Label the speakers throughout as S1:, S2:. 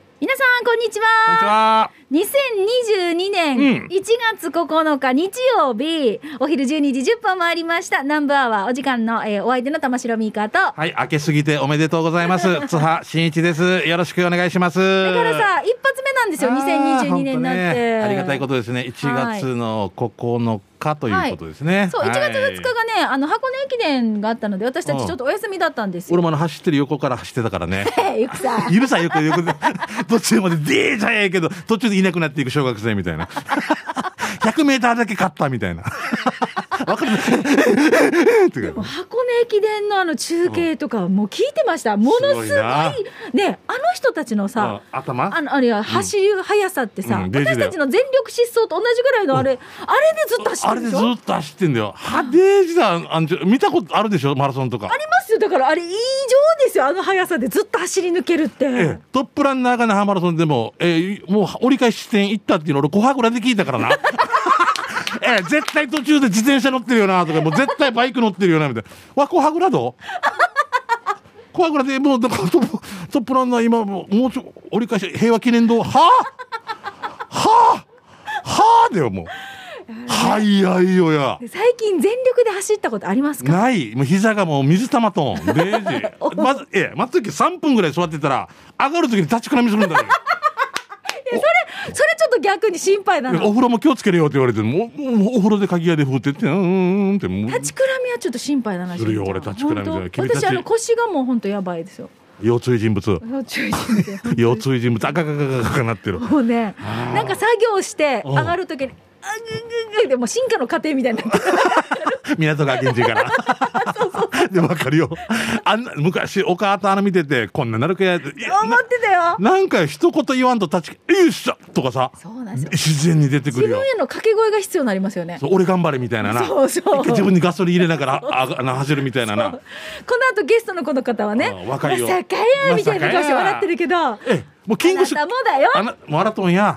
S1: こんにち
S2: こんにち
S1: は。
S2: は。
S1: 2022
S2: う
S1: 年
S2: ん
S1: 1月9日日曜日、お昼12時10分回りました。南部アワーお時間の、えーお相手の玉城ミーカーと。
S2: はい、明けすぎておめでとうござ います。津波真一です。よろしくお願いします。
S1: だからさ、一発目なんですよ。2022年になっ
S2: あー本当
S1: て。
S2: ねありがたいことですね。1月の9日ということですね。
S1: そう、1月2日が
S2: はい。
S1: ね、あの箱根駅伝があったので、私たちちょっとお休みだったんですよ。
S2: 俺もあの走ってる横から走ってたからね。
S1: えー、ゆくさん。
S2: ゆるさんよく 横で、途中まででーじゃええけど、途中でいなくなっていく小学生みた いな。100メーターだけ勝ったみたいな。わかるっていうか
S1: 箱根駅伝のあの中継とかもう聞いてました、ものすごい
S2: すごいな
S1: ねあの人たちのさ、
S2: うん頭
S1: あのあれや走る速さってさ、
S2: うんデジだよ
S1: 私たちの全力疾走と同じぐらいのあれ、あれでずっと走っ
S2: あ
S1: てる
S2: れで
S1: でし
S2: ず
S1: ょ
S2: っと走ってんだよ。派手じゃんあんちょ見たことあるでしょマラソンとか
S1: あ。りますよだからあれ異常ですよあの速さでずっと走り抜けるって、
S2: ええ、トップランナーが那覇マラソンでも、ええ、もう折り返し地点行ったっていうの俺5泊ぐらいで聞いたからな。 ええ、絶対途中で自転車乗ってるよなとか、もう絶対バイク乗ってるよなみたいな。わ、5泊ぐらど ?5 泊ぐらでもうだからトップトップランナー今もうもうちょ折り返し平和記念堂、はあはあはあだよもう。早いよや。
S1: 最近全力で走ったことありますか
S2: ない。もう膝がもう水玉とん。デージ。まず、ええ、待つ時3分ぐらい座ってたら、上がる時に立ちくらみするんだよ。
S1: それちょっと逆に心配なの
S2: お風呂も気をつけるよって言われて、もう、もうお風呂で鍵屋で振ってって、うんうんうんって、もう、
S1: 立ちくらみはちょっと心配だな
S2: するよ
S1: しんちゃん
S2: 俺立ちくらみじゃない
S1: 本当
S2: 君た
S1: 私
S2: ち
S1: あの腰がもう本当やばいですよ
S2: 腰椎人物。
S1: 要注意してて本当に
S2: 腰椎人物、あかかかかかなってる。
S1: もうね、なんか作業して
S2: うん
S1: 上がるときに、あぐぐぐでもう進化の過程みたい になってる。
S2: 港川源氏から。で、わかるよ。あんな、昔、お母さんの見てて、こんななるかや、いや
S1: 思ってたよ。
S2: ななんか一言言わんと立ち、よっしゃとかさ、
S1: そうなんですよ
S2: 自然に出てく
S1: 自
S2: る
S1: 分
S2: よ。
S1: への掛け声が必要になりますよね。
S2: そう俺頑張れみたいなな。
S1: そうそう
S2: 一回自分にガソリン入れながら、あ、あの走るみたいな
S1: こ
S2: な
S1: の。後ゲストのこの方はね、
S2: あ若いよ
S1: まさかやみたいな顔して笑ってるけど、あ
S2: ええ、もうキング
S1: な
S2: ス。
S1: たもだよ。
S2: あなマラト ンや。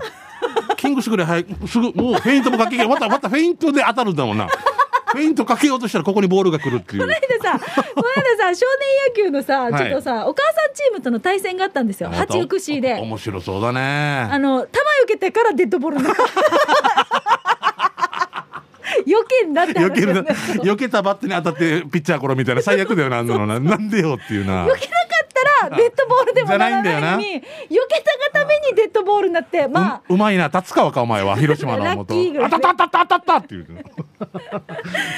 S2: キングスぐらい早く、すぐ、もうフェイントもかけまた、またフェイントで当たるんだもんな。フェイントかけようとしたらここにボールが来るっていう。
S1: で さ、この間さ、少年野球のさ、
S2: い
S1: ちょっとさ、お母さんチームとの対戦があったんですよ。
S2: ま た
S1: 八福市で。
S2: 面白そうだ
S1: あ
S2: ね。
S1: の、球受けてからデッドボールにな った。余計になって
S2: 避け るな、
S1: 余
S2: 避けたバットに当たってピッチャー転みたいな最悪 だよな、あんなのな。なんでよっていうな。
S1: 避けなかったらデッドボールでもなら
S2: じゃ
S1: な
S2: ない
S1: の
S2: いん
S1: に避
S2: だ
S1: けたがためにデッドボールになってまあ
S2: ううまいな、立川かお前は、広島の
S1: ラッ
S2: 元。
S1: キーぐらい
S2: 当たった当たった当たったっていう。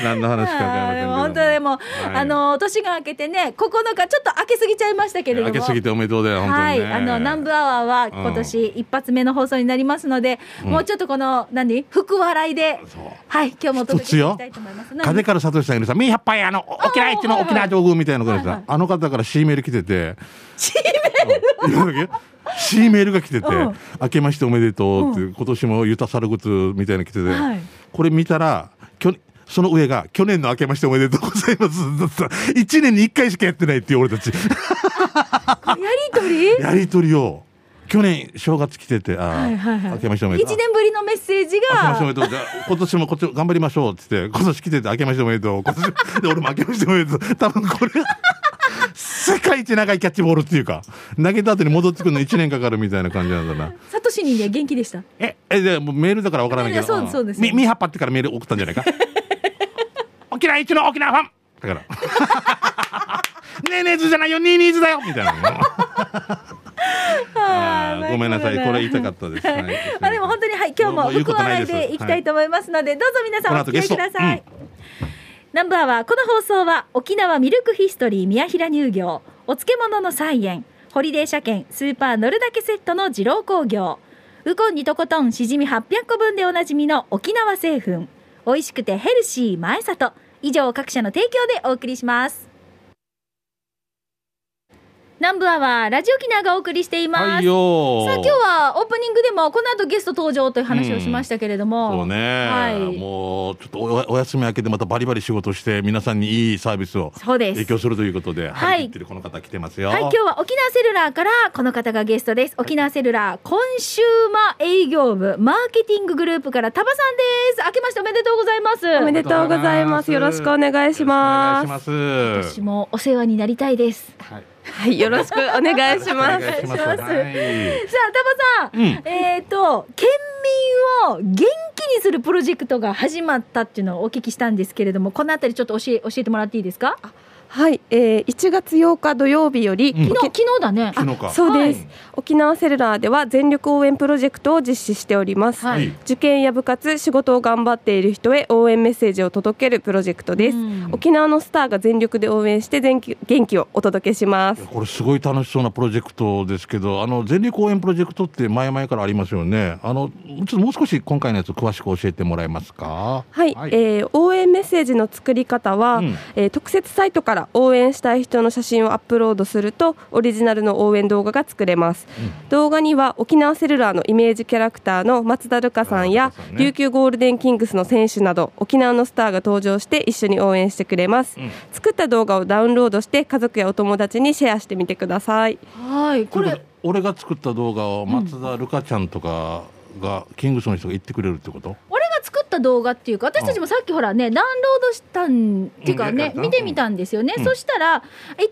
S2: 何の話か分か
S1: あー
S2: りませんけ
S1: で
S2: ど
S1: も
S2: も
S1: 本当でも、
S2: はい
S1: あの年が明けてね9日ちょっと明けすぎちゃいましたけれども
S2: 開けすぎておめでとうだよ、本当に、
S1: は
S2: ね。
S1: い、あの南部アワーは今年一発目の放送になりますので、もうちょっとこの何福笑いで
S2: そう、
S1: はい、今日もお届けしていきたいと思います。なん
S2: 風
S1: で
S2: からさとしさんがさ、ミーハッパイあの、沖縄一の沖縄上宮みたいなのから
S1: はいは
S2: さ
S1: い、
S2: あの方から C メール来てて。C メール ?C メールが来てて
S1: うん、
S2: 明けましておめでとうっていう、今年もユタサルグツみたいなの来てて
S1: はい、
S2: これ見たら、きょその上が、去年の明けましておめでとうございます。だったら一年に一回しかやってないっていう俺た ち。
S1: やりとり
S2: やりとりを、去年正月来てて、あ
S1: はいはいは
S2: あ、
S1: い
S2: 明けましておめで
S1: 一
S2: とう。
S1: 年ぶりのメッセージ
S2: 明けまして
S1: が
S2: おめでとう。じゃあ今年もこっち頑張りましょうって言って、今年来てて明けましておめでとう。今年、で、俺も明けましておめでとう。多分これ、世界一長いキャッチボールっていうか、投げた後に戻ってくるの1年かかるみたいな感じなんだな。
S1: サトシにね元気でした。
S2: え、え、じゃあもうメールだからわからないけど。
S1: いやそうそうです
S2: み、みはっぱってからメール送ったんじゃないか。沖縄一の沖縄ファンだから。ねえねえずじゃないよ、ニーニーズだよみたいな の。あーごめんなさい、これ言いたかったです。はい
S1: まあでも本当にはい今日も
S2: 言う
S1: 福
S2: ことな
S1: 笑
S2: い
S1: い
S2: です
S1: でいきたいと思いますので、どうぞ皆さんお付き合いくだ
S2: この
S1: さ
S2: 後
S1: い
S2: ゲ。
S1: ナンバーはこの放送は沖縄ミルクヒストリー宮平乳業お漬物の菜園ホリデー車検スーパー乗るだけセットの二郎工業ウコンにとことんしじみ800個分でおなじみの沖縄製粉美味しくてヘルシー前里以上各社の提供でお送りします南部アワーラジオキナがお送りしています、
S2: はいよー
S1: さあ今日はオープニングでもこの後ゲスト登場という話をしましたけれども、
S2: そうね、
S1: はい
S2: もうちょっとおお休み明けでまたバリバリ仕事して皆さんにいいサービスを
S1: そうで
S2: 提
S1: す
S2: 供するということで、張り切ってるこの方来てますよ。
S1: はい、今日は沖縄セルラーからこの方がゲストです。沖縄セルラーコンシューマー営業部マーケティンググループからタバさんです。明けましておめでとうございます。
S3: おめでとうございます。よろしくお願いし
S2: よろしくお願い
S3: ま
S2: し
S3: す。
S2: ます。
S1: 私もお世話になりたいです。
S2: はい
S3: はい、よろしくお願いし
S2: お
S3: ます。
S2: 願いします。
S1: お願いしますさあ、
S2: はい
S1: タバさん、
S2: うん
S1: えっ、と、県民を元気にするプロジェクトが始まったっていうのをお聞きしたんですけれども、このあたりちょっと教え、教えてもらっていいですか。
S3: はい、えー、1月8日土曜日より、
S2: うん
S1: 昨日、昨日だね。
S2: 昨日か。
S3: そうです、
S1: はい
S3: 沖縄セルラーでは全力応援プロジェクトを実施しております、
S1: はい
S3: 受験や部活仕事を頑張っている人へ応援メッセージを届けるプロジェクトです、
S1: うん
S3: 沖縄のスターが全力で応援して全気元気をお届けします
S2: これすごい楽しそうなプロジェクトですけど、あの全力応援プロジェクトって前々からありますよね。あのちょっともう少し今回のやつ詳しく教えてもらえますか。
S3: はい、えー応援メッセージの作り方は、
S2: うん
S3: えー特設サイトから応援したい人の写真をアップロードするとオリジナルの応援動画が作れます、動画には沖縄セルラーのイメージキャラクターの松田瑠香さんや
S2: 松田瑠香さんね
S3: 琉球ゴールデンキングスの選手など沖縄のスターが登場して一緒に応援してくれます、
S2: うん
S3: 作った動画をダウンロードして家族やお友達にシェアしてみてください
S1: はい、こ
S2: という
S1: れ
S2: と。俺が作った動画を松田瑠香ちゃんとかが、キングスの人が言ってくれるってこと？
S1: 俺が作った動画っていうか私たちもさっきほらね、ダウンロードしたんっていうかね、
S2: うん
S1: 見てみたんですよね、
S2: うん
S1: そしたら一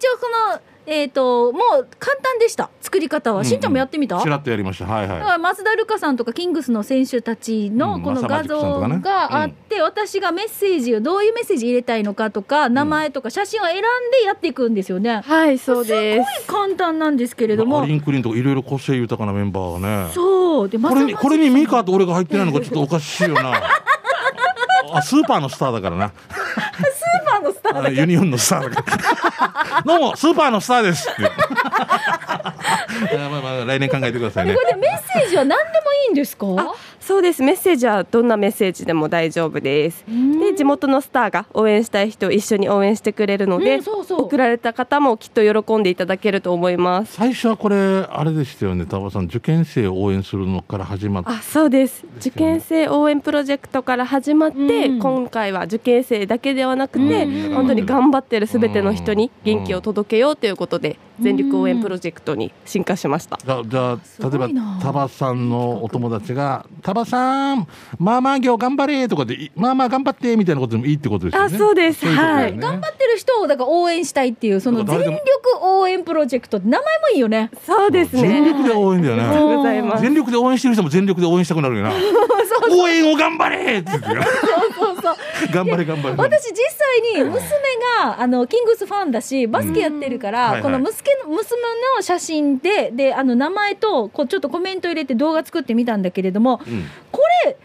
S1: 応このえっ、ともう簡単でした作り方は、しんちゃんもやってみた
S2: ちらっとやりました。はいはい
S1: だか。ら松田瑠香さんとかキングスの選手たち
S2: う
S1: の
S2: ん
S1: この画像
S2: マサマジックさんとかね
S1: があって、私がメッセージをどういうメッセージ入れたいのかとか名前とか写真を選んでやっていくんですよね、
S3: はいそうです
S1: 簡単なんですけれど
S2: まあ
S1: も
S2: アリンクリンとかいろいろ個性豊かなメンバーがね。
S1: そうで
S2: こ
S1: 松
S2: れにこれにミカと俺が入ってないのがちょっとおかしいよ な。あスーパーのスターだからな。
S1: スーパーのスター
S2: あのユニオンのスターだから。どうも、スーパーのスターです って。あまあまあ、来年考えてくださいね
S1: こ。れでメッセージは何でもいいんですか
S3: そうですメッセージはどんなメッセージでも大丈夫です
S1: ん
S3: で地元のスターが応援したい人を一緒に応援してくれるので、
S1: うんそうそう
S3: 送られた方もきっと喜んでいただけると思います
S2: 最初はこれ、あれでしたよね、田場さん、受験生を応援するのから始まって。
S3: あそうです受験生応援プロジェクトから始まって、
S1: うん
S3: 今回は受験生だけではなくて、
S1: うん
S3: 本当に頑張ってるすべての人に元気を届けようということで、
S1: うん
S3: 全力応援プロジェクトに進化しました、
S2: じゃあ、じゃあ
S1: ご
S2: 例え
S1: いな
S2: ば、田場さんのお友達が、田場さん、まあまあ行頑張れとかで、いまあまあ頑張ってみたいなことでもいいってことですよね。
S3: あそうです
S2: いことだよね
S1: 頑張ってる人をだから応援したいっていうその全力応援プロジェクトって名前もいいよね。
S3: そうです
S2: 全
S3: ね
S2: 力で応援だよ
S3: あ
S2: ね
S3: り。がとうございます
S2: 全力で応援してる人も全力で応援したくなるよな。応援を頑張れって言ってるよ
S1: そうそう
S2: 頑張れ頑張れ。
S1: 私実際に娘があのキングスファンだしバスケやってるか
S2: うん
S1: ら、
S2: はいはい
S1: この娘の娘の写真でであの名前とこうちょっとコメント入れて動画作ってみたんだけれども
S2: うん
S1: これ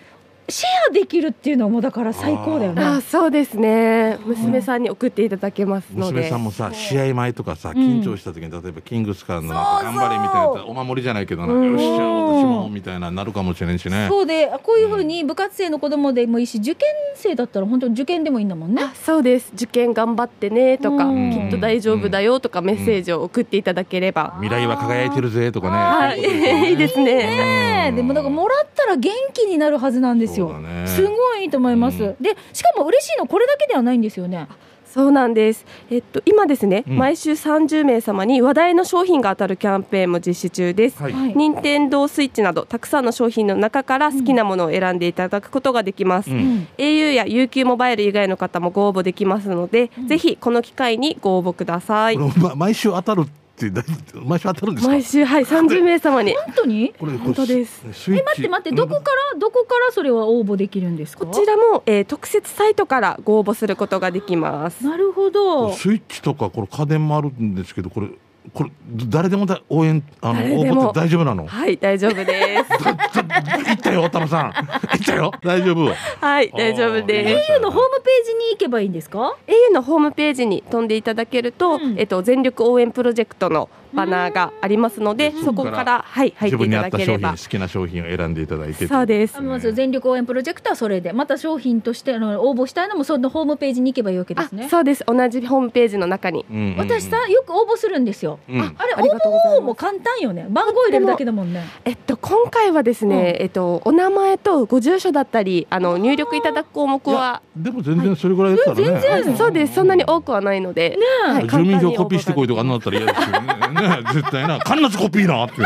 S1: シェアできるっていうのもだから最高だよ
S3: あ
S1: ね。
S3: そうですね娘さんに送っていただけますので
S2: 娘さんもさ試合前とかさ緊張した時に例えばキングスからのなん
S1: そ
S2: か
S1: う
S2: 頑
S1: そう
S2: 張れみたいなやつお守りじゃないけどな
S3: うん
S2: よっしゃ私もみたいななるかもしれんしね
S1: そうでこういうふうに部活生の子供でもいいし受験生だったら本当に受験でもいいんだもんね。
S3: あそうです受験頑張ってねとか
S1: うん
S3: きっと大丈夫だよとかメッセージを送っていただければ、
S2: 未来は輝いてるぜとか
S3: は
S2: ね
S3: いいいですね
S1: ねえ
S2: うん
S1: でもなんかもらったら元気になるはずなんですよ、
S2: そうだね
S1: すごいいいと思います、
S2: うん
S1: でしかも嬉しいのこれだけではないんですよね
S3: そうなんです、えっと、今ですね、
S2: うん
S3: 毎週30名様に話題の商品が当たるキャンペーンも実施中です、
S2: はい
S1: はい
S3: 任天堂スイッチなどたくさんの商品の中から好きなものを選んでいただくことができます、
S2: うん
S1: うん、
S3: au や UQ モバイル以外の方もご応募できますので、ぜひこの機会にご応募ください
S2: これま毎週当たるって大毎週当たるんですか
S3: 毎週はい30名様に
S1: 本当に
S2: これ
S3: 本当です
S2: スイッチ
S1: え待って待ってどこからどこからそれは応募できるんですか
S3: こちらも、えー特設サイトからご応募することができます。
S1: なるほど
S2: スイッチとかこれ家電もあるんですけどこれこれ誰でもだ応援あの
S3: 誰
S2: 応
S3: でも
S2: 募って大丈夫な の
S3: はい、大丈夫です。
S2: 行ったよ太郎さん 行ったよ大丈夫
S3: はい、大丈夫
S2: あーいい
S3: で
S2: ね
S3: す。
S1: au のホームページに行けばいいんですか
S3: au のホームページに飛んでいただけると、
S1: うん
S3: えっと全力応援プロジェクトのバナーがありますので、
S2: うん
S3: そこからはい入
S2: 自
S3: って
S2: 分
S3: い
S2: に
S3: た
S2: 合っ
S3: だ
S2: た
S3: け
S2: 商
S3: れ
S2: 品
S3: ば
S2: 好。きな商品を選んでいただいて
S3: そうです
S1: あ。まず全力応援プロジェクトはそれでまた商品としてあの応募したいのもそのホームページに行けばいいわけで
S3: あ
S1: すね、
S3: そうです。同じホームページの中に。
S2: うんうんうん
S1: 私さよく応募するんですよ、
S2: うん
S1: あれ応
S3: ありがとうござ
S1: 募
S3: います
S1: も簡単よね番号入れるだけだもんね
S3: えっと今回はですね、えっとお名前とご住所だったり、あの入力いただく項目
S2: い
S3: は
S2: や。でも全然それぐらいだったらね、
S1: うん全然
S3: そうです。そんなに多くはないので、は
S2: 住民票
S3: 簡単に応募
S2: コピーしてこいとかあんなだったら嫌ですよ ねね絶対な必ずコピーなってで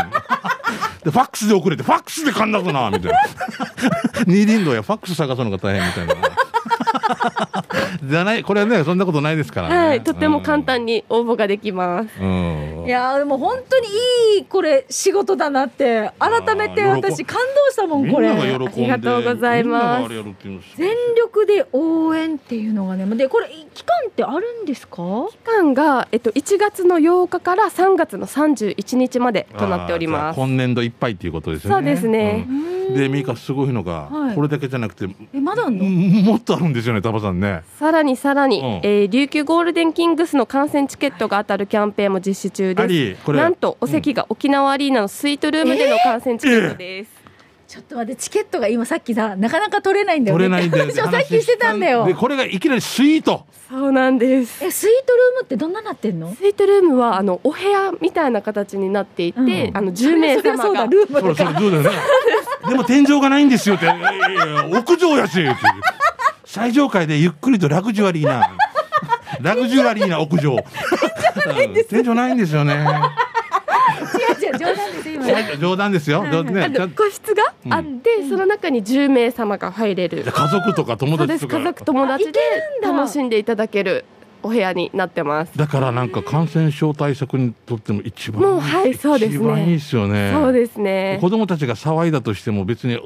S2: ファックスで送れてファックスでかんだぞなみたいな二輪道やファックス探すのが大変みたいなじゃないこれはねそんなことないですからね
S3: はい、とっても簡単に応募ができます。
S2: うん、
S1: いやーでも本当にいいこれ仕事だなって改めて
S2: あー喜
S1: 私感動したもん
S2: みん
S1: これ
S2: なが喜んで
S3: ありがとうございま
S2: みんながあ
S3: す
S2: れやるっていうんですよ
S1: 全力で応援っていうのがねでこれ期間ってあるんですか
S3: 期間が、えっと、1月の8日から3月の31日までとなっており
S2: あー
S3: ま
S2: じ
S3: す
S2: ゃあ今年度いっぱいっていうことですよね
S3: そうですね
S2: うんでミカすごいのが、
S1: はい
S2: これだけじゃなくて
S1: えまだあんの
S2: ももっとあるんですよねタバさんね
S3: さらにさらに、
S2: うん
S3: えー琉球ゴールデンキングスの観戦チケットが当たるキャンペーンも実施中
S2: あ
S3: で
S2: り
S3: す
S2: これ
S3: なんとお席が沖縄アリーナのスイートルームでの観戦チケットです、
S1: ちょっと待ってチケットが今さっきさなかなか取れないんだよ
S2: 取
S1: ね
S2: れない んだよね
S1: そうさっきしてたんだ
S2: 話
S1: よ
S2: でこれがいきなりスイート
S3: そうなんです
S1: えスイートルームってどんななってんの
S3: スイートルームはあのお部屋みたいな形になっていて、
S1: うん
S3: あの10名
S1: そりゃそ
S3: 様
S1: うだ
S3: が
S1: ルーム
S2: それ
S1: と
S2: それ
S1: か
S2: どうだよねでも天井がないんですよっていやいやいや屋上やしって最上階でゆっくりとラグジュアリーなラグジュアリーな屋上うん天井ないんですよね
S1: 違う違う冗談です今ね
S2: はい冗談ですよ、
S1: はいはい
S2: 冗談ねちゃ
S3: あ
S2: ん
S3: の個室が
S2: うん
S3: あって、その中に10名様が入れる、
S2: 家族とか友
S3: そうで
S2: 達
S3: す
S2: とか
S3: 家族友達で
S1: あ行けるんだ
S3: 楽しんでいただけるお部屋になってます、
S2: だからなんか感染症対策にとっても一番
S3: もうはいそうですね
S2: 一番いいですよね
S3: そうですね
S2: 子供たちが騒いだとしても別に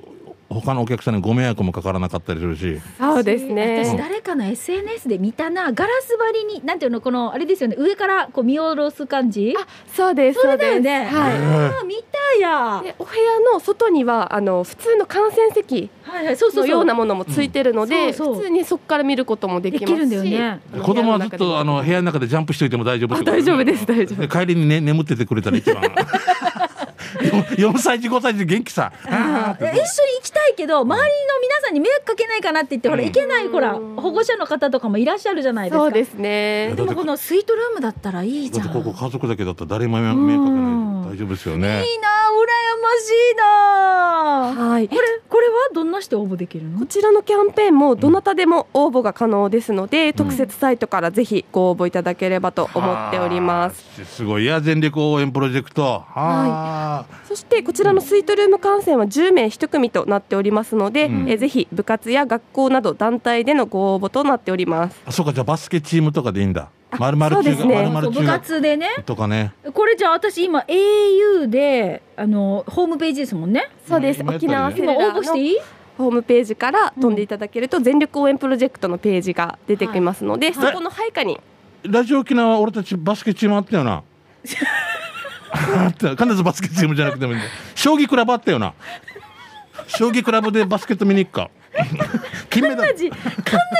S2: 他のお客さんにご迷惑もかからなかったりするし
S3: そうですね
S1: 私誰かの SNS で見たなガラス張りになんていうのこのあれですよね上からこう見下ろす感じ
S3: あそうです
S1: そ
S3: そ
S1: れ
S3: う
S1: だ
S3: で
S1: よ
S3: す、
S1: ね
S3: はい
S1: あー見たや
S3: でお部屋の外にはあの普通の観戦席
S1: はいはいそうそうそ
S3: の
S1: う
S3: ようなものもついてるので、
S1: うんそうそう
S3: 普通にそこから見ることもできますし
S1: できるんだよね
S3: あの
S2: 子供はずっ
S3: 部
S2: とあ
S3: 屋の中でも
S2: の部屋の中でジャンプしておいても大丈夫ってこと
S3: あ大丈夫です大丈夫
S2: で帰りに、ね、眠っててくれたら一 番4歳児5歳児元気さあ
S1: え一緒に行きたいけど周りの皆さんに迷惑かけないかなって言って、ほら
S2: うん
S1: 行けないほら
S3: うん
S1: 保護者の方とかもいらっしゃるじゃないですか
S3: そうですね
S1: でもこのスイートルームだったらいい
S2: ー
S1: じゃ
S2: だっ
S1: ん
S2: てここ家族だけだったら誰も迷惑かけ
S1: うん
S2: ない大丈夫ですよね
S1: いいな羨ましいな
S3: はい
S1: これこれはどんなして応募できる
S3: こ
S1: の
S3: ちらのキャンペーンもどなたでも応募が可能ですので、特設サイトからぜひご応募いただければと思っております。
S2: はあすごいいや全力応援プロジェクトはあ
S3: そしてこちらのスイートルーム観戦は10名1組となっておりますので、
S2: うん
S3: えぜひ部活や学校など団体でのご応募となっております。
S2: あそうかじゃあバスケチームとかでいいんだ丸々
S3: そう
S2: 中
S3: です
S2: 学
S3: ね
S2: 丸々
S1: そう
S2: 中
S1: 部
S2: 学
S1: 活でね
S2: とかね
S1: これじゃあ私今 au であのホームページですもんね
S3: そうです。
S2: 今やっ
S3: 沖
S2: たら
S3: 縄
S2: ね
S3: セレ
S1: 今
S3: ラ
S1: 応
S3: ー
S1: 募して
S3: の
S1: いい
S3: ホームページから飛んでいただけると全力応援プロジェクトのページが出てきますの
S1: は
S3: で、
S1: い
S3: そこの配下に
S2: ラジオ沖縄俺たちバスケチームあったよなあった必ずバスケチームじゃなくてもいいんだ将棋クラブあったよな将棋クラブでバスケット見に行くか金メダ
S1: カンナ
S2: ル
S1: ジカンナ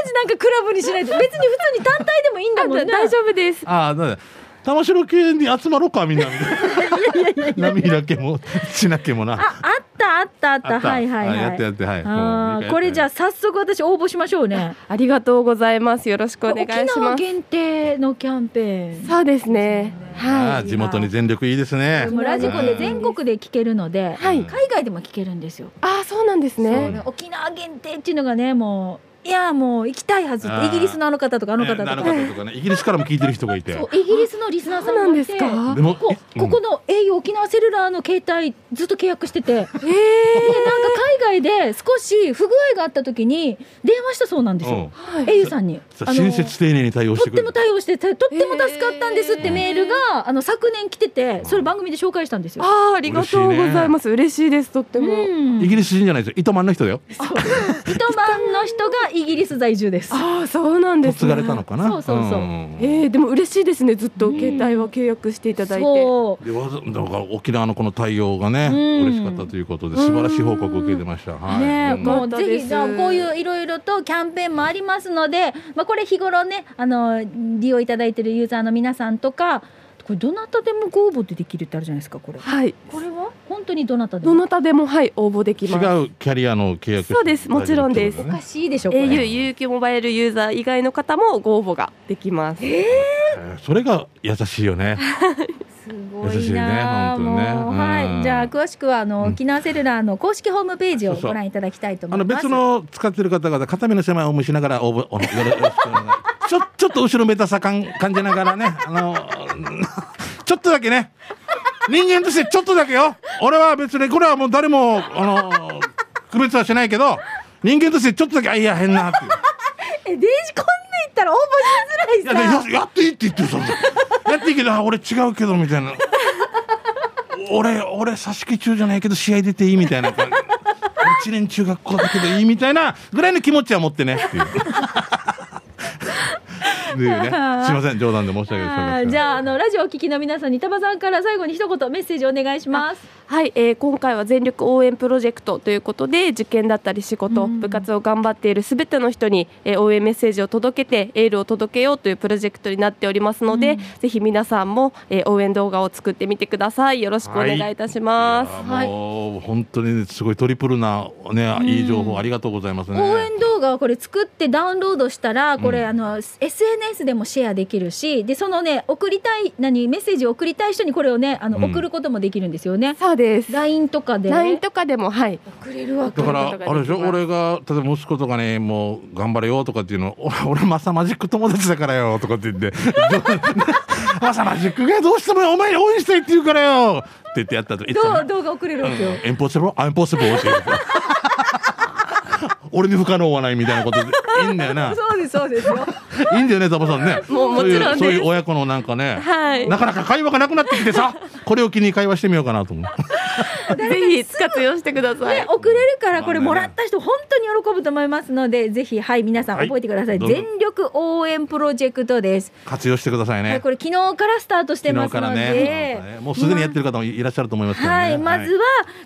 S1: ジなんかクラブにしないと別に普通に単体でもいいんだ
S3: あ
S1: もんね
S3: だ大丈夫です。
S2: ああなんだ玉城系に集まろうかみんなみたいな波平家も千奈家もな
S1: ああったあったあった
S2: あった
S1: はいはいは
S2: あ
S1: い
S2: やってやってはい
S1: あ
S2: う
S1: ー
S2: ん
S1: これじゃあ早速私応募しましょうね
S3: ありがとうございます。よろしく お願いし
S1: 沖縄
S3: ます。
S1: 限定のキャンペーン
S3: そうですね。
S2: あ
S3: は
S2: ー
S3: い。
S2: 地元に全力いいですね
S1: もうラジコで全国で聞けるので、
S3: はい
S1: 海外でも聞けるんですよ、
S3: ああそうなんです
S2: そう
S3: ね。
S2: ん
S1: 沖縄限定っていうのがねもういやもう行きたいはずっ
S2: あ
S1: て
S2: ー
S1: イギリスのあの方とかあの方と
S2: ね
S1: か、
S2: あの方とかねイギリスからも聞いてる人がいて
S1: そうイギリスのリスナーさんもいて
S3: そうなんですか
S2: でも
S1: こ
S2: え
S1: ここの au 沖縄セルラーの携帯ずっと契約して て、
S3: ええ
S1: でなんか海外で少し不具合があった時に電話したそうなんですよ、
S3: は
S1: au さんに。
S2: さ
S1: あの
S2: 親切丁寧に対応し
S1: と
S2: て
S1: っ
S2: く
S1: て
S2: れ
S1: も
S2: る
S1: 対応しててとっても助かったんですってメールが、あの昨年来ててそれ番組で紹介したんですよ。
S3: ああありがとうございます。嬉しいです。とって
S1: う
S3: も。
S1: ん、
S2: イギリス人じゃないですよ糸満の人だよ
S1: 糸満の人がイギリス在住です。
S3: ああそうなんです、ね。
S2: 嫁がれたのかな
S1: そうそうそうん
S2: んん
S3: えー、でも嬉しいですね。ずっと
S1: うん
S3: 携帯は契約していただいて。
S1: そう。
S2: でわざだから沖縄のこの対応がね、
S1: うん
S2: 嬉しかったということで素晴らしい報告を受けてました。はい、
S1: ねえ、
S2: うん
S1: もう
S3: よかった
S1: ぜ
S3: です
S1: ひじゃあこういういろいろとキャンペーンもありますので、まあこれ日頃ねあの利用いただいてるユーザーの皆さんとか、これどなたでもご応募でできるってあるじゃないですかこれ。
S3: はい。
S1: これは本当にどなたで
S3: ど
S1: も。
S3: なたでもはい応募でき
S2: 違
S3: ます。
S2: うキャリアの契約して
S3: そうですもちろんです
S2: 大
S1: お
S2: 丈夫っ
S1: かしいでしょこれ。
S3: au 有機モバイルユーザー以外の方もご応募ができます。
S2: てことねそれが優しいよね。
S1: すごい
S2: 優しいね
S1: なあ、
S2: 本当にね
S1: もう、
S2: うん
S1: はい、じゃあ詳しくはあの、
S2: うん
S1: 沖縄セルラーの公式ホームページを
S2: そうそう
S1: ご覧いただきたいと思
S2: あ
S1: い
S2: の
S1: ます。
S2: 別の使ってる方々片身の狭いおむしながら応募およろよろしくお願い。 ちょちょっと後ろめたさ感感じながらね、あの ちょっとだけね、人間としてちょっとだけよ。俺は別にこれはもう誰もあの区別はしないけど、人間としてちょっとだけあいや変なっていう。
S1: え、デイジこんなん言ったら応募しづらい
S2: いやでややっていいって言ってるさ。やっていいけど、あ、俺違うけど、みたいな。俺、俺、差し木中じゃないけど、試合出ていいみたいな感じ。一年中学校だけどいいみたいなぐらいの気持ちは持ってねっていう。っていうね、すいません冗談で申し訳ございま
S1: あ
S2: せ
S1: ー
S2: ん
S1: じゃああのラジオをお聞きの皆さんに田場さんから最後に一言メッセージお願いします。
S3: はい、えー今回は全力応援プロジェクトということで受験だったり仕事、部活を頑張っているすべての人に、えー応援メッセージを届けてエールを届けようというプロジェクトになっておりますので、ぜひ皆さんも、えー応援動画を作ってみてくださいよろしくお願いいたします、
S1: はい
S2: もう本当にすごいトリプルなねいい情報ありがとうございますね。
S1: 応援動画をこれ作ってダウンロードしたらこれ、あの SNS でもシェアできるしでそのね送りたい何メッセージを送りたい人にこれをねあの、
S2: うん
S1: 送ることもできるんですよね。
S3: そうです
S1: LINE とかで、
S3: LINE とかでもはい
S1: 送れるわけ
S2: だから
S3: 送ることができます
S2: あれでしょ俺が例えば息子とかねもう頑張れよとかっていうの俺俺マサマジック友達だからよとかって言って マサマジックがどうしてもお前に応援したいって言うからよって言ってやったといつ
S1: どう動画送れるわけよ。
S2: エンポッシブルアンポッシブルって言う 俺に不可能はないみたいなことでいいんだよ な
S1: そうですそうですよ。
S2: いいんだよね、タバさんね。
S3: もうもちろんです
S2: そういうそういう親子のなんかね、
S3: はい
S2: なかなか会話がなくなってきてさ、これを機に会話してみようかなと思う。
S3: ぜひ活用してくださ
S1: ね
S3: い
S1: 送れるからこれもらった人本当に喜ぶと思いますのでぜひはい皆さん
S2: はい
S1: 覚えてください。
S2: どうぞ
S1: 全力応援プロジェクトです。
S2: 活用してください
S1: はい、
S2: ね
S1: こ。れ昨日からスタートして
S2: 昨
S1: ま
S2: 日
S1: す
S2: か
S1: の
S2: ら
S1: で、
S2: ねなんかねもうすでにやってる方もいらっしゃると思いますけどね。
S1: はい、まずは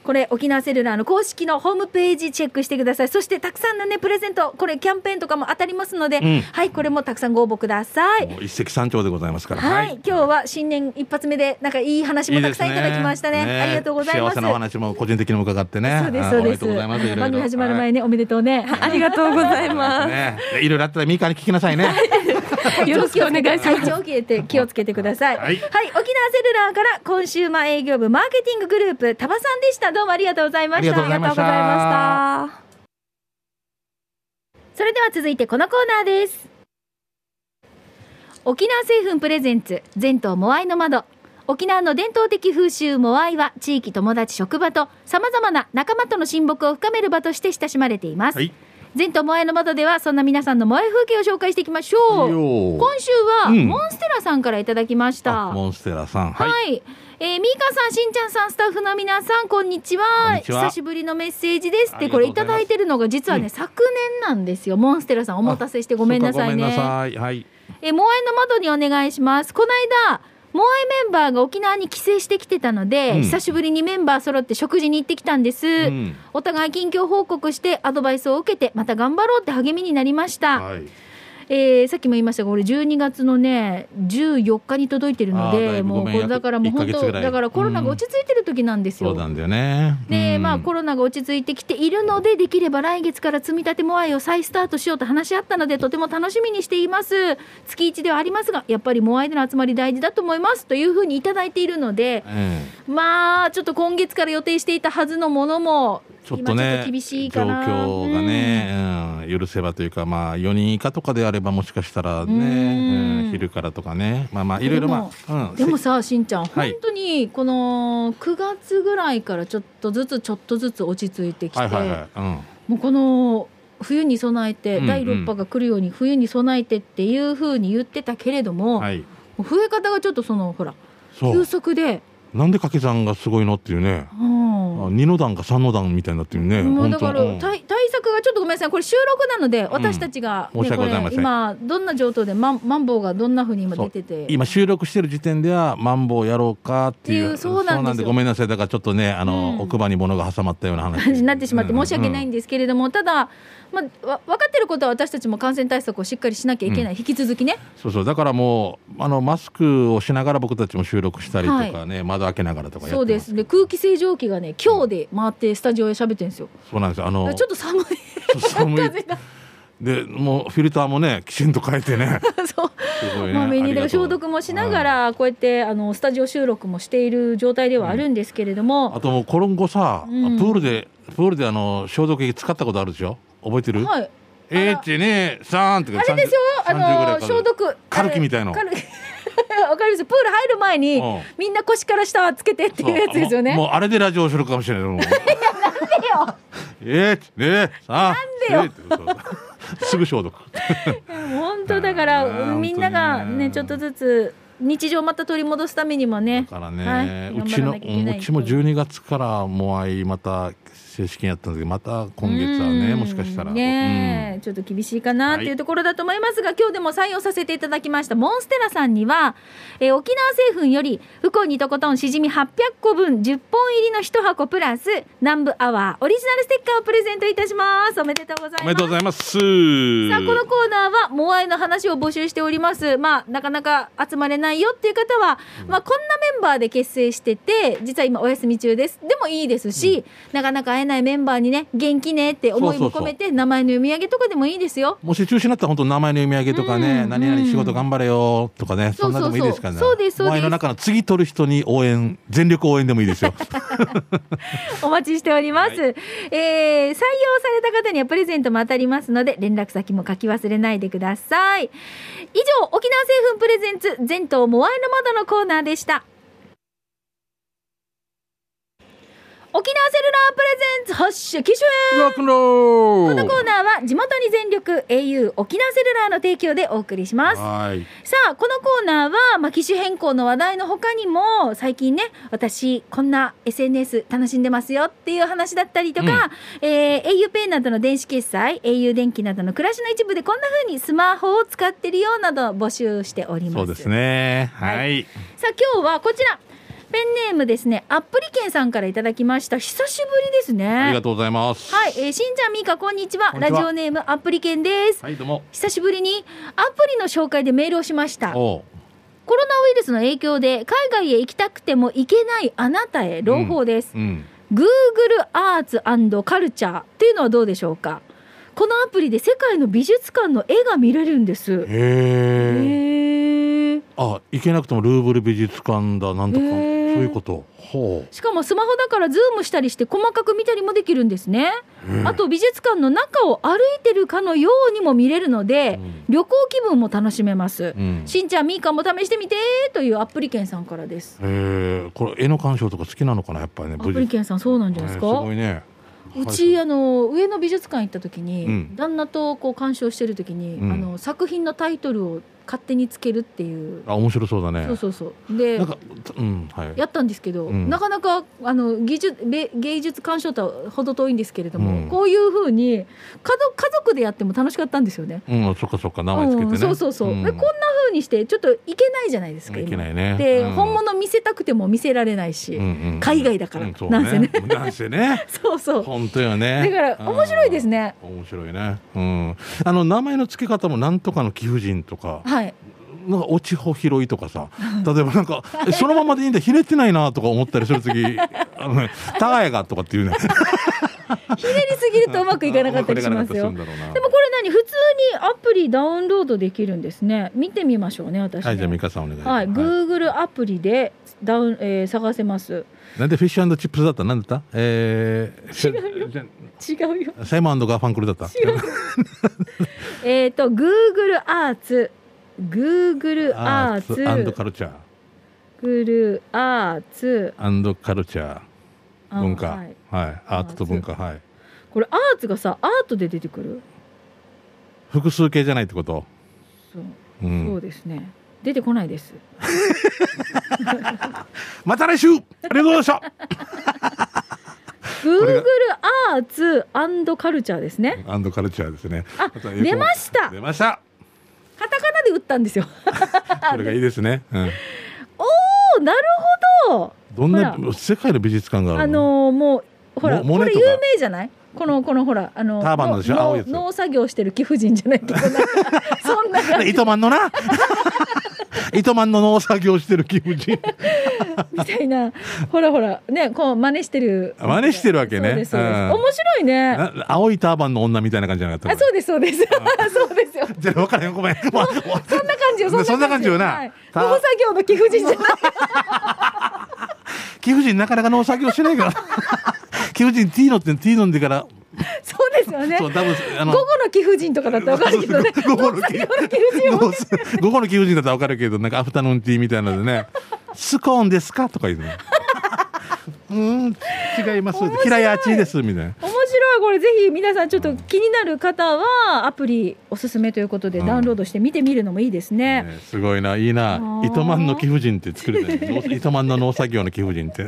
S1: これ沖縄セルラーの公式のホームページチェックしてくださいそしてたくさんのねプレゼントこれキャンペーンとかも当たりますので、
S2: ん
S1: はいこれもたくさんご応募ください
S2: もう一石三鳥でございますから。
S1: はい、今日は新年一発目でなんかいい話もたくさんいただきましたね
S2: いいです
S1: ありがとうございます
S2: 幸せなお話も個人的にも伺ってね。
S1: そうですそうです
S2: はいおめでとうございます。いろいろ
S1: 番組始まる前ね、おめでとうね
S3: ありがとうござい
S2: はい
S3: ま
S2: ねいろいろあったらミーカーに聞きなさいね。
S3: すよろしくお願いします
S1: 体調を気をつけて気をつけてください。は、
S2: はいい
S1: 沖縄セルラーからコンシューマー営業部マーケティンググループタバさんでした。どうもありがとうございました。
S2: ありがとうございました
S1: ありがとうございましたそれでは続いてこのコーナーです。沖縄製粉プレゼンツ全島モアイの窓。沖縄の伝統的風習モアイは地域友達職場とさまざまな仲間との親睦を深める場として親しまれています。
S2: はい。
S1: 全島モアイの窓ではそんな皆さんのモアイ風景を紹介していきましょう。
S2: よ
S1: 今週は、
S2: うん
S1: モンステラさんからいただきました。
S2: あ
S1: はい、
S2: モンステラさん。はい。
S1: えー、ミーカさん、しんちゃんさん、スタッフの皆さん、こんにちは。
S2: こんにちは
S1: 久しぶりのメッセージですっ
S2: あ
S1: て、
S2: りが
S1: こと
S2: う
S1: れい
S2: ございます
S1: ただいてるのが、実はね、昨年なんですよ。モンステラさん、お待たせしてごめんなさいね。
S2: そうかごめんなさい。はい。
S1: えー、モアイの窓にお願いします。この間、モアイメンバーが沖縄に帰省してきてたので、
S2: うん
S1: 久しぶりにメンバー揃って食事に行ってきたんです。
S2: ん
S1: お互い近況報告して、アドバイスを受けて、また頑張ろうって励みになりました。
S2: はい。
S1: えーさっきも言いましたが、俺12月のね、14日に届いてるの
S2: あーだ
S1: で、
S2: いぶ
S1: も
S2: ご
S1: う
S2: めん
S1: これだからもう本
S2: 約1ヶ月
S1: 当、
S2: ぐらい
S1: だからコロナが落ち着いてる時なんですよ。
S2: そうなんだよね。
S1: で、
S2: うん
S1: まあコロナが落ち着いてきているので、できれば来月から積み立てモアイを再スタートしようと話し合ったので、とても楽しみにしています。月1ではありますが、やっぱりモアイでの集まり大事だと思いますというふうにいただいているので、
S2: え
S1: まあちょっと今月から予定していたはずのものも、
S2: えちょっとね
S1: 今ちょっと厳しい
S2: 状
S1: かな
S2: 況がね、うん許せばというかまあ4人以下とかであればもしかしたら
S1: う
S2: ね、
S1: ん
S2: うん昼からとかねまあまあいろいろまあ、うん、
S1: でもさしんちゃん、
S2: はい
S1: 本当にこの9月ぐらいからちょっとずつちょっとずつ落ち着いてきて、
S2: はいはいはい、うん、
S1: もうこの冬に備えて、
S2: うんうん
S1: 第6波が来るように冬に備えてっていうふうに言ってたけれども,、
S2: はい
S1: もう増え方がちょっとそのほら
S2: そ
S1: 急
S2: う
S1: 速で、
S2: なんで掛け算がすごいのっていうね、
S1: うん
S2: あ二の段か三の段みたいになってるね
S1: もう
S2: 本
S1: だか
S2: 当
S1: ら
S2: うん
S1: 対対策がちょっとごめんなさい、これ収録なので、私たちが、
S2: 申し訳
S1: こ
S2: ござい
S1: れ
S2: ません
S1: 今、どんな状況で、マンマンボウがどんなふうに今出てて、
S2: 今収録してる時点ではマンボウやろうかっていう
S1: っていうそうなんですよ
S2: ごめんなさいだからちょっとねあの、
S1: うん
S2: 奥歯に物が挟まったような話
S1: 感 じになってしまって申し訳ない
S2: うん
S1: んですけれども、ただ、まあ、わ分かってることは私たちも感染対策をしっかりしなきゃいけない、引き続きね、
S2: そうそうだからもうあのマスクをしながら僕たちも収録したりとかね、窓開けながらとかや
S1: そう
S2: っ
S1: で
S2: てます
S1: すで空気清浄機がね、今日で回ってスタジオで喋ってるんですよ、
S2: そうなんですよあの
S1: ちょっと寒い、
S2: と寒い
S1: 風が、
S2: でもうフィルターもねきちんと変えて ね
S1: そう、
S2: すごいね
S1: まあ、メニュー
S2: ありがとう
S1: 消毒もしながら、こうやってあのスタジオ収録もしている状態ではあるんですけれども、
S2: あともうコロンゴさ、
S1: うん
S2: プールでプールであの消毒液使ったことあるでしょ覚えてる、
S1: はい、
S2: えー、ってねさーんとか
S1: あれですよ、あ
S2: 30ぐら
S1: の
S2: いかかる
S1: 消毒、
S2: カルキみたいの
S1: あれカルキ わかりますプール入る前に
S2: うん
S1: みんな腰から下はつけてっていうやつですよね。
S2: そうもうもうあれでラジオをするかもし れない。もう えーねえさあ
S1: なん
S2: えーってそうすぐ消毒。
S1: 本当だか
S2: あー
S1: ら
S2: 本当
S1: みんながね
S2: にね
S1: ちょっとずつ日常をまた取り戻すためにもね
S2: だからね、
S1: はいう
S2: ちの
S1: 頑張らなきゃいけないう
S2: ちも12月からもあいまた正式にやったんですけどまた今月はね
S1: うん
S2: もしかしたら、
S1: ねえちょっと厳しいかなっていうところだと思いますが、今日でも採用させていただきましたモンステラさんには、えー沖縄製粉より福井にとことんしじみ800個分10本入りの1箱プラス南部アワーオリジナルステッカーをプレゼントいたしますおめでとうござ
S2: うんお
S1: いま
S2: めですとうございます
S1: さあこのコーナーはモアイの話を募集しておりますまあなかなか集まれないよっていう方は、まあ、こんなメンバーで結成してて実は今お休み中ですでもいいですし、なかなか会えないメンバーにね元気ねって思いも込めて名前の読み上げとかでもいいですよ
S2: もし中止になったら本当名前の読み上げとかね、
S1: うん
S2: 何々仕事頑張れよとかね、
S1: そ
S2: そ
S1: うんそ
S2: な
S1: うそう
S2: のでもいいですかね。
S1: そうですそうです
S2: お前の中の次取る人に応援、全力応援でもいいですよ。
S1: お待ちしております、えー採用された方にはプレゼントも当たりますので連絡先も書き忘れないでください以上沖縄製粉プレゼンツ全島モアイの窓のコーナーでした沖縄セルラープレゼンツ発射機種
S2: ロックンロ
S1: こ
S2: ー
S1: の
S2: ル
S1: コーナーは地元に全力 au 沖縄セルラーの提供でお送りします
S2: はい。
S1: さあこのコーナーは、まあ、機種変更の話題の他にも最近ね私こんな SNS 楽しんでますよっていう話だったりとか、えー、auPay などの電子決済 au 電気などの暮らしの一部でこんな風にスマホを使ってるようなど募集しております
S2: そうですね。はい。
S1: さあ今日はこちらペンネームですねアップリケンさんからいただきました久しぶりですね
S2: ありが
S1: は
S2: とうございます。
S1: い、えー、しんちゃんみーかこんにちは
S2: こんにちは
S1: ラジオネームアップリケンです
S2: はい、どうも。
S1: 久しぶりにアプリの紹介でメールをしました
S2: おう
S1: コロナウイルスの影響で海外へ行きたくても行けないあなたへ朗報です、
S2: うん。
S1: Google Arts Culture っていうのはどうでしょうかこのアプリで世界の美術館の絵が見れるんですへ
S2: へえ。
S1: え
S2: あ、行けなくてもルーブル美術館だ、なんとか、そう
S1: へー
S2: いうこと。ほう。
S1: しかもスマホだからズームしたりして細かく見たりもできるんですねあと美術館の中を歩いてるかのようにも見れるので
S2: うん
S1: 旅行気分も楽しめます
S2: うん。へ
S1: しんちゃんみーかんも試してみてというアップリケンさんからです
S2: え。これ、絵の鑑賞とか好きなのかな、やっぱりね、
S1: アップリケンさんそうなんじゃないですか、
S2: ねすごいね。
S1: うちあの上野美術館行った時に、
S2: うん
S1: 旦那とこう鑑賞してる時に、
S2: うん
S1: あの作品のタイトルを勝手につけるっていう、
S2: あ、面白そうだね。
S1: そうそうそうで
S2: なんか、うん、はい。
S1: やったんですけど、
S2: うん
S1: なかなかあの技術べ芸術鑑賞とはほど遠いんですけれども、
S2: うん
S1: こういうふうに家族家族でやっても楽しかったんですよね。
S2: うん、そっかそっか、名前つけてね。
S1: うんそうそうそう、
S2: ん
S1: でこんなふうにしてちょっといけないじゃないですか
S2: いけ
S1: 今
S2: ないね。
S1: で、
S2: うん
S1: 本物見せたくても見せられないし、
S2: うんうん
S1: 海外だから
S2: うんそう
S1: なんせね
S2: なんせね。
S1: そうそう
S2: 本当よね。
S1: だから面白いです
S2: ね。
S1: ね、
S2: 面白いね。うん。あの、名前の付け方もなんとかの貴婦人とか、
S1: はい
S2: なんか落ち穂拾いとかさ、例えばなんか、えそのままでいいんだ、ひねってないなとか思ったりするとき、 あのね、たがやがとかっていうね。
S1: ひねりすぎるとうまくいかなかったりしますよ
S2: うまくいかなかったりするんだろうな
S1: でもこれ何普通にアプリダウンロードできるんですね見てみましょうね私ね
S2: はい、じゃあ、ミカさんお願いします。
S1: はい、Google アプリでダウン、えー探せます
S2: なんでフィッシュチップスだったなんだったえー、じゃ
S1: 違うよ
S2: あサイモンガーファンクルだった
S1: 違うえっと Google アーツ Google アーツ
S2: アンドカルチャー
S1: Google アーツ
S2: アンドカルチャ
S1: あ
S2: ー文化
S1: は
S2: はいいアートと文化はい
S1: これアーツがさアートで出てくる
S2: 複数形じゃないってこと
S1: そう,、
S2: う
S1: そうんですね出てこないです
S2: また来週ありがとうございましたれ
S1: Google
S2: が
S1: アーツカルチャーですね
S2: アンドカルチャーですね
S1: あ
S2: と
S1: 出ました
S2: 出 ました
S1: カタカナで打ったんですよ
S2: これがいいですねうん
S1: おなるほど
S2: どんな
S1: ほ
S2: 世界の美術館があ
S1: あ
S2: るの
S1: のーもうほら
S2: モ
S1: これ
S2: モネとか
S1: 有名じゃないこのこのほらあの
S2: ターバンのでしょ
S1: の
S2: 青いやつ
S1: の農作業してる貴婦人じゃない けどなんかそんな感じ
S2: 糸満 のな糸満の農作業してる貴婦人
S1: みたいなほらほらねこう真似してる
S2: あ真似してるわけね
S1: そうですそうです
S2: うん
S1: 面白いね
S2: な青いターバンの女みたいな感じじゃなかっ
S1: あ
S2: た
S1: そうですそうです そうですよ
S2: じゃあ分からへんごめんわわ
S1: そんな感じよ
S2: そんな感じよな
S1: はい
S2: た
S1: 農作業の貴婦人じゃ ない
S2: 貴婦人なかなか農作業しないから 貴婦人ティーノってティー飲んでから
S1: そうですよね
S2: そう多分
S1: 午
S2: あの
S1: 後の貴婦人とかだったらわかるけ どね
S2: 午後
S1: 農
S2: の貴
S1: 作業の貴婦人は
S2: どうす 午後の貴婦人だったら分かるけどなんかアフタヌーンティーみたいなので ね「スコーンです か?」とか言うのうーん違います「平屋チーです」みたいな
S1: 面白これぜひ皆さんちょっと気になる方はアプリおすすめということで
S2: うん
S1: ダウンロードして見てみるのもいいですね。
S2: ねすごいな、いい
S1: あ
S2: な。
S1: ー
S2: 糸満の貴婦人って作れて る。糸満の農作業の貴婦人って。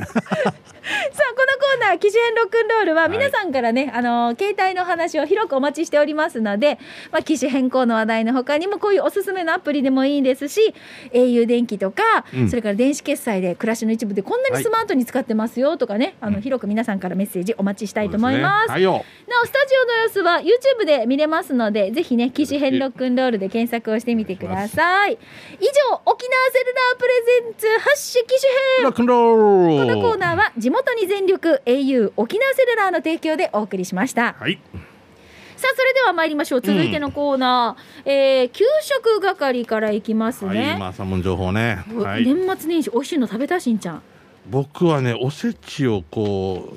S1: さあこのコーナー「機種編ロックンロール」は
S2: はい
S1: 皆さんからね、あの携帯の話を広くお待ちしておりますので、まあ、機種変更の話題の他にもこういうおすすめのアプリでもいいですし au 電気とか、
S2: うん
S1: それから電子決済で暮らしの一部でこんなにスマートに使ってますよとかね、あの広く皆さんからメッセージお待ちしたいと思います。
S2: そうでねはいよ。
S1: なおスタジオの様子は YouTube で見れますのでぜひね「機種変ロックンロール」で検索をしてみてください以上沖縄セルラープレゼンツハッシュ機種編
S2: ロックンロー
S1: こ
S2: ル。
S1: のコーナーは地元に全力 au 沖縄セルラーの提供でお送りしました
S2: はい。
S1: さあそれでは参りましょう続いてのコーナー、えー給食係からいきます
S2: はい、
S1: ね、
S2: 今朝もん情報ね。
S1: お
S2: はい。
S1: 年末年始美味しいの食べたしんちゃん
S2: 僕はねおせちをこ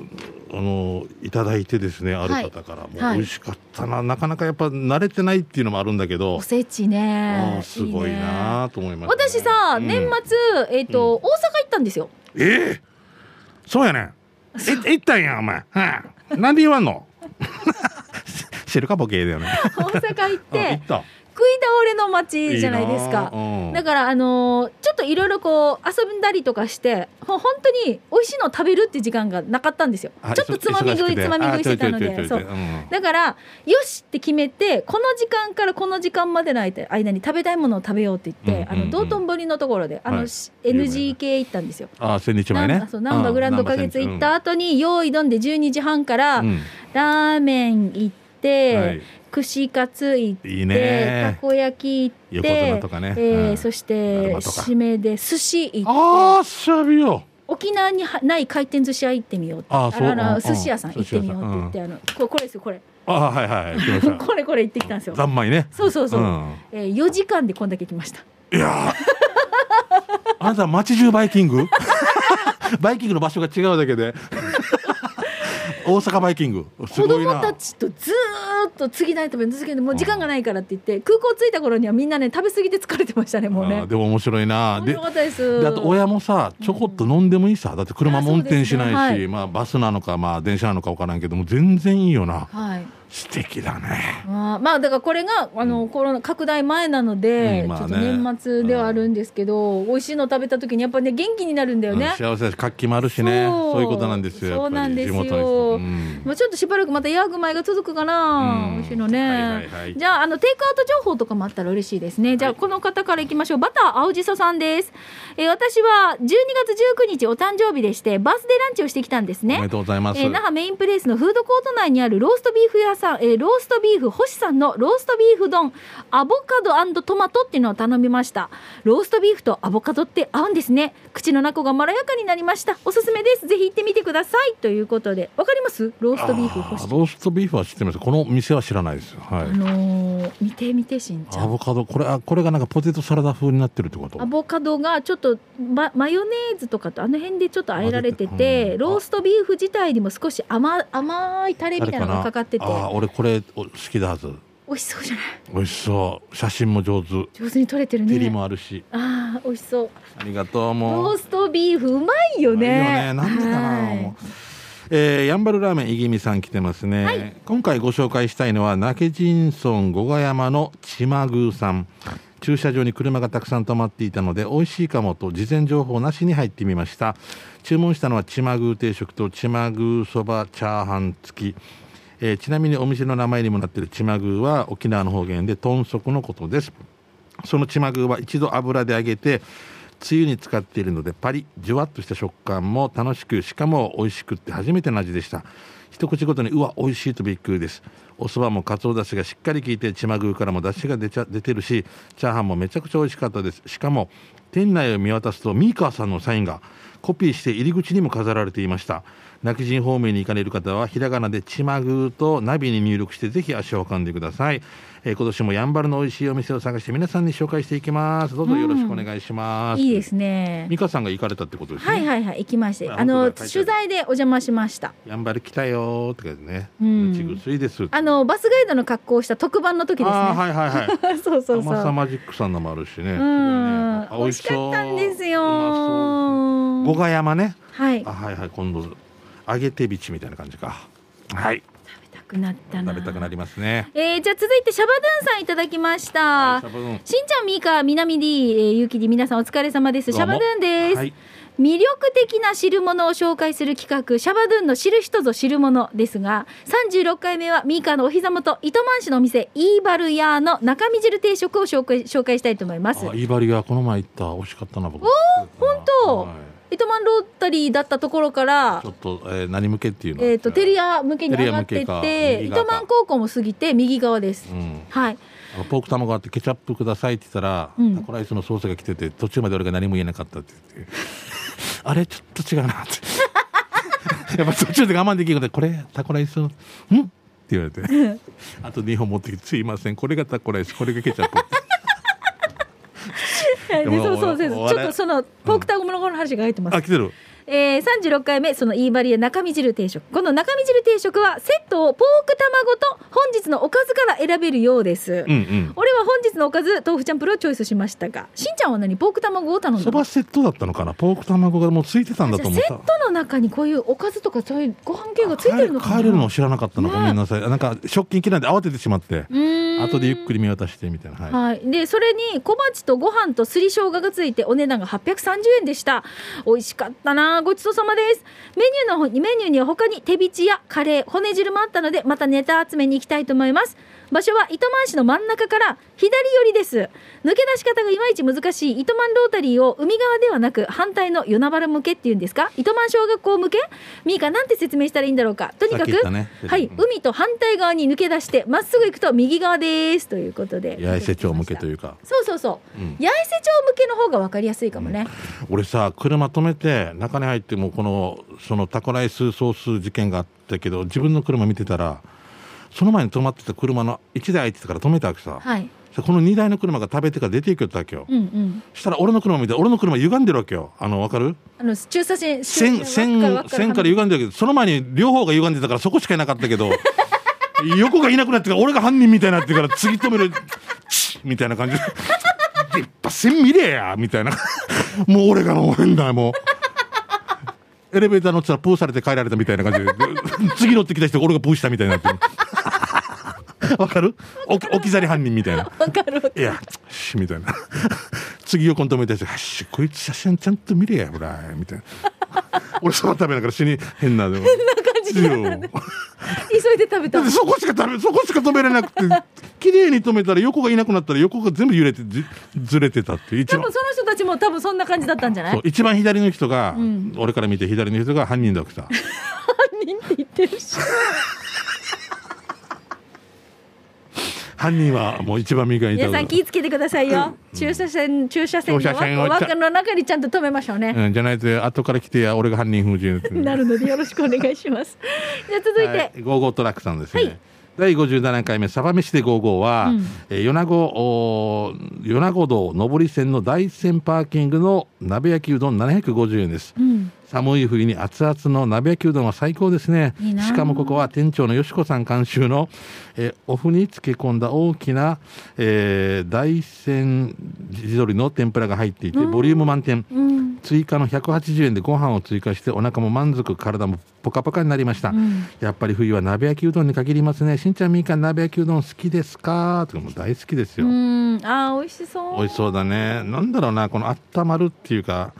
S2: うあのいただいてですねある方から、もう
S1: はい
S2: 美味しかったななかなかやっぱ慣れてないっていうのもあるんだけど
S1: おせち
S2: あ
S1: ね
S2: あすごい
S1: ね
S2: なと思いましたね、
S1: 私さ、
S2: うん
S1: 年末、えっと大阪行ったん ですよ
S2: ええそうやねえ行ったんやお前、はあ、なんで言わ んの知るかボケだよね
S1: 大阪行っ
S2: あ行
S1: て
S2: った
S1: 食い倒れの街じゃないですか
S2: いいなうん
S1: だからあのーちょっといろいろこう遊んだりとかしてほ本当に美味しいの食べるって時間がなかったんですよ
S2: あ
S1: ちょっとつまみ食い
S2: 忙しくて
S1: つまみ食いしてたの
S2: あちょ
S1: で
S2: いちょ
S1: そ
S2: いちょいちょいうちょいうん
S1: だからよしって決めてこの時間からこの時間までの間間に食べたいものを食べようって言って、
S2: うんうんうん
S1: あの道頓堀のところであの、
S2: はい
S1: し
S2: 有名な
S1: NGK 行ったんですよ。
S2: ああ千日前
S1: なん
S2: ね
S1: そうなんばグランド花月行った、後に用意どんで12時半から、
S2: うんうん
S1: ラーメン行っ
S2: は
S1: て
S2: い、
S1: 串カツ行って
S2: いいね
S1: たこ焼き行っ
S2: 横綱
S1: て
S2: とかね
S1: えー
S2: うん
S1: そし
S2: だる
S1: て
S2: まとか
S1: 締めで寿司行
S2: あ
S1: って
S2: あしゃびよ
S1: 沖縄にはない回転寿司屋行ってみよう
S2: あーそう
S1: らら
S2: うん
S1: 寿司屋さん行ってみようって言って、あのここれですよこれ
S2: ああはいはい来ました
S1: これこれ行ってきたんですよ
S2: 三昧ね。
S1: そうそうそう、
S2: ん
S1: えー、4時間でこんだけ来ました
S2: いやー。あなた街中バイキング。 バイキングの場所が違うだけで。 大阪バイキング。す
S1: 子
S2: ごい
S1: 供
S2: な。
S1: たちとずーっと次ない食べる次ないもう時間がないからって言って空港着いた頃にはみんなね食べ過ぎて疲れてましたねもう
S2: あ
S1: ね
S2: ーでも面白いな。
S1: 面
S2: で
S1: 白。かったです
S2: であと親もさちょこっと飲んでもいいさだって車も運転しないし、
S1: あそうですねはい
S2: まあ、バスなのか、まあ、電車なのか分からんけども全然いいよな
S1: はい
S2: 素敵だね
S1: あーまあだからこれがあの、コロナ拡大前なので、
S2: うんまあね
S1: ちょっと年末ではあるんですけど、美味しいの食べた時にやっぱね元気になるんだよね
S2: うん、幸せだし活気もあるしね
S1: そ
S2: そうういうことなんですよやっぱり
S1: そうなんですよ
S2: 地元の人うん
S1: まあ、ちょっとしばらくまたヤーグマイが続くかな、
S2: うん
S1: 美味しいのね、
S2: はいはいはい
S1: じゃああのテイクアウト情報とかもあったら嬉しいですねじゃあこの方からいきましょうバター青じそさんです、えー私は12月19日お誕生日でしてバースデーランチをしてきたんです
S2: おめ
S1: ね
S2: でとうございます、
S1: えー那覇メインプレイスのフードコート内にあるローストビーフ屋さん、えーローストビーフ星さんのローストビーフ丼アボカドトマトっていうのを頼みましたローストビーフとアボカドって合うんですね口の中がまろやかになりましたおすすめですぜひ行ってみてくださいということでわかりますローストビーフ
S2: あ
S1: 星
S2: ローストビーフは知ってますこの店は知らないですはい
S1: あのー見て見てしんちゃ
S2: ア
S1: ん
S2: ボカドこれあこれがなんかポテトサラダ風になってるってこと
S1: アボカドがちょっとママヨネーズとかとあの辺でちょっとあえられてて
S2: 混ぜてうん
S1: ローストビーフ自体にも少し甘甘いタレみたいなのがかかってて
S2: あれなあ俺これお好きだはず
S1: 美味しそうじゃない
S2: 美味しそう写真も上手
S1: 上手に撮れてるね
S2: 照りもあるし
S1: ああ美味しそう
S2: ありがとうもう
S1: ローストビーフうまいよね
S2: いいよねなんでかな、
S1: はい
S2: もうえー、やんばるラーメンいぎみさん来てますね、今回ご紹介したいのは中陣村五ヶ山のちまぐーさん駐車場に車がたくさん止まっていたので美味しいかもと事前情報なしに入ってみました注文したのはちまぐー定食とちまぐーそばチャーハン付きえーちなみにお店の名前にもなっているちまぐーは沖縄の方言で豚足のことですそのちまぐーは一度油で揚げてつゆに使っているのでパリジュワッとした食感も楽しくしかも美味しくって初めての味でした一口ごとにうわ美味しいとびっくりですおそばもかつおだしがしっかり効いてちまぐーからもだしが出ちゃ出てるしチャーハンもめちゃくちゃ美味しかったですしかも店内を見渡すとミーカーさんのサインがコピーして入り口にも飾られていました泣き人方面に行かれる方はひらがなでちまぐーとナビに入力してぜひ足を運んでください、えー今年もやんばるの美味しいお店を探して皆さんに紹介していきますどうぞよろしくお願いします、
S1: いいですね
S2: 美香さんが行かれたってことですね、
S1: はいはいはい行きまして
S2: あ
S1: あの
S2: 本当だ書
S1: 取
S2: いてある
S1: 材でお邪魔しました
S2: やんばる来たよーって感じね
S1: うん
S2: ちぐすいです
S1: あのバスガイドの格好をした特番の時ですね、
S2: あーはいはいはい
S1: そう そうそ
S2: 甘さ
S1: う
S2: マジックさんのもあるし
S1: うん
S2: ねすごいねあ
S1: 美味しかったんです
S2: う
S1: よ
S2: まそう五ヶ山ね
S1: はい
S2: あはいはい今度揚げてびちみたいな感じかはい
S1: 食べたくくなったな
S2: 食べたくなりますね。
S1: えー、じゃあ続いてシャバドゥンさんいただきました、
S2: はいシャバドゥン
S1: しんちゃんみーかみなみ D、えー、ゆうき D 皆さんお疲れ様です
S2: ど
S1: シ
S2: う
S1: ャ
S2: も
S1: バドゥンです、
S2: はい
S1: 魅力的な汁物を紹介する企画シャバドゥンの知る人ぞ知るものですが36回目はミーカーのお膝元糸満市のお店イーバルヤーの中身汁定食を紹介紹介したいと思います
S2: あイバリがこの前行った美味しかったな僕。お
S1: 本当糸満ロータリーだったところから
S2: ちょっと、えー、何向けっていうの。
S1: えー、とテリア向けに上がってって
S2: テリア向けか右
S1: 糸
S2: 側か
S1: 満高校も過ぎて右側です、
S2: うん。
S1: はい
S2: あのポーク卵あってケチャップくださいって言ったら、
S1: うん
S2: タコライスのソースが来てて途中まで俺が何も言えなかったって言って あれちょっと違うなって やっぱ途中で我慢できるのでこれタコライスのんって言われてあと2本持ってきてすいませんこれがタコライスこれがケチャップ
S1: で
S2: でも
S1: そうそうですち
S2: お
S1: ょ
S2: お
S1: っとそのポークタコのの話が入ってます
S2: あ来てる
S1: えー、36回目そのイーバリエ中身汁定食この中身汁定食はセットをポーク卵と本日のおかずから選べるようです、
S2: うん
S1: 俺は本日のおかず豆腐チャンプルをチョイスしましたがしんちゃんは何ポーク卵を頼
S2: うんんそ
S1: だの
S2: ばセットだったのかなポーク卵がもうついてたんだと思っ
S1: セ
S2: た
S1: ットの中にこういうおかずとかそういうご飯系がついてるのかな
S2: 帰るのを知らなかったの、
S1: ね
S2: ごめんなさいなんか食券機なんで慌ててしまって
S1: うーん
S2: 後でゆっくり見渡してみたいなは
S1: は
S2: い
S1: い、でそれに小鉢とご飯とすり生姜がついてお値段が830円でした美味しかったなごちそうさまですメニューの方メニューには他に手びちやカレー骨汁もあったのでまたネタ集めに行きたいと思います場所は糸満市の真ん中から左寄りです抜け出し方がいまいち難しい糸満ロータリーを海側ではなく反対の与那原向けっていうんですか糸満小学校向けミーカなんて説明したらいいんだろうかとにか
S2: さっき言っ
S1: く、
S2: たね
S1: はい
S2: うん
S1: 海と反対側に抜け出してまっすぐ行くと右側ですということで
S2: 八重瀬町向けというか
S1: そうそうそう、
S2: うん
S1: 八重瀬町向けの方が分かりやすいかもね、
S2: 俺さ車止めて中に入ってもうこのそのタコライスソース事件があったけど自分の車見てたらその前に止まってた車の1台入ってたから止めたわけさ、
S1: はい
S2: そしたらこの2台の車が食べてから出ていくよってわけよ、
S1: うんうん
S2: したら俺の車見て俺の車歪んでるわけよあの分かる
S1: あの駐車線
S2: 線線線から
S1: 言う
S2: 歪んでるけどその前に両方が歪んでたからそこしかいなかったけど 横がいなくなってから俺が犯人みたいになってから次止めるチッみたいな感じで「出っ歯線見れや!」みたいなもう俺が飲めんだよもうエレベーター乗ってたらプーされて帰られたみたいな感じで次乗ってきた人が俺がプーしたみたいになってるわかる置き置き去り犯人みたいな
S1: 分かるわかる
S2: いや、しみたいな。 次横に止めたやつ、はっし、こいつ写真ちゃんと見れや、ほら、みたいな。 俺そば食べながら死に変なでも。変な感じ
S1: 急いで食べ
S2: だ
S1: た
S2: ってそこしか食べ、そこしか止めれなくて、 綺麗に止めたら横がいなくなったら横が全部揺れて、ずずれてたっていう。一
S1: 多
S2: 番
S1: 分、その人たちも多分そんな感じだったんじゃない
S2: そう
S1: 犯
S2: 一番左の人が、俺から見て左の人が犯人だわけさ。
S1: 人って言ってるし
S2: 犯人はもう一番右側にいた
S1: 皆
S2: か
S1: さ
S2: ら
S1: ん気をつけてくださいよ、駐車線駐車線
S2: 駐車線
S1: の
S2: をちゃん
S1: 枠の中にちゃんと止めましょうね、
S2: うん、じゃないと、後から来てや、俺が犯人封じるって いう。
S1: なるのでよろしくお願いしますじゃあ続いて、
S2: はい、ゴーゴートラックさんですね。
S1: はい
S2: 第57回目、サバ飯でゴーゴーは、
S1: うん
S2: えー米子おー米子道上り線の大山パーキングの鍋焼きうどん750円です。
S1: うん
S2: 寒い冬に熱々の鍋焼きうどんは最高ですね。
S1: いいなあ
S2: しかもここは店長のよしこさん監修の、えーお麩に漬け込んだ大きな、えー大山地鶏の天ぷらが入っていて、ボリューム満点。
S1: うん
S2: 追加の180円でご飯を追加してお腹も満足体もポカポカになりました、
S1: ん
S2: やっぱり冬は鍋焼きうどんに限りますねしんちゃんみーかん鍋焼きうどん好きですかとかもう大好きですよ、
S1: うんあー美味しそう
S2: 美味しそうだねなんだろうなこの温まるっていうか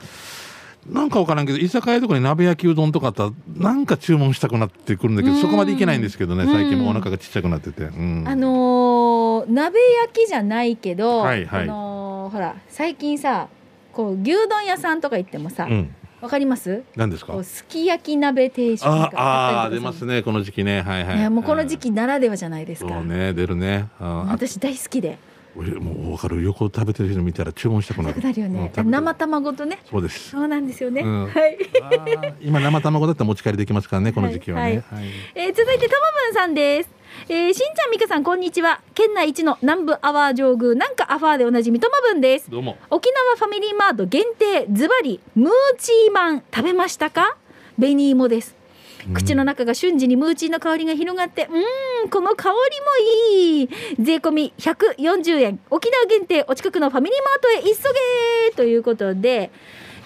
S2: なんかわからんけど居酒屋とかに鍋焼きうどんとかあったらなんか注文したくなってくるんだけど、
S1: うん
S2: そこまでいけないんですけどね最近も
S1: う
S2: うんお腹がちっちゃくなってて、うん
S1: あのー鍋焼きじゃないけど、
S2: はいはい
S1: あのーほら最近さこう牛丼屋さんとか行ってもさわ、
S2: うん
S1: かります
S2: 何です
S1: こ
S2: か
S1: うすき焼き鍋定食と
S2: あ
S1: か
S2: あー
S1: ったり
S2: 出
S1: とか
S2: ますねこの時期ねはいはい
S1: ねもうこの時期ならではじゃないですか、
S2: そうね出るねあーあ
S1: 私大好きで
S2: 俺もう分かる横を食べてる人見たら注文したくな
S1: なく
S2: る
S1: なるよ
S2: うん
S1: ね、
S2: 食べてる
S1: 生卵とね
S2: そうです
S1: そうなんですよね、
S2: うん
S1: はい
S2: あー今生卵だったら持ち帰りできますからねこの時期はね、はい
S1: えー続いてともぶんさんです。えーしんちゃんみかさんこんにちは県内一の南部アワー上宮なんかアワーでおなじみともぶんです
S2: どうも
S1: 沖縄ファミリーマート限定ズバリムーチーマン食べましたか紅芋です口の中が瞬時にムーチーの香りが広がってうーんこの香りもいい税込み140円沖縄限定お近くのファミリーマートへ急げということで、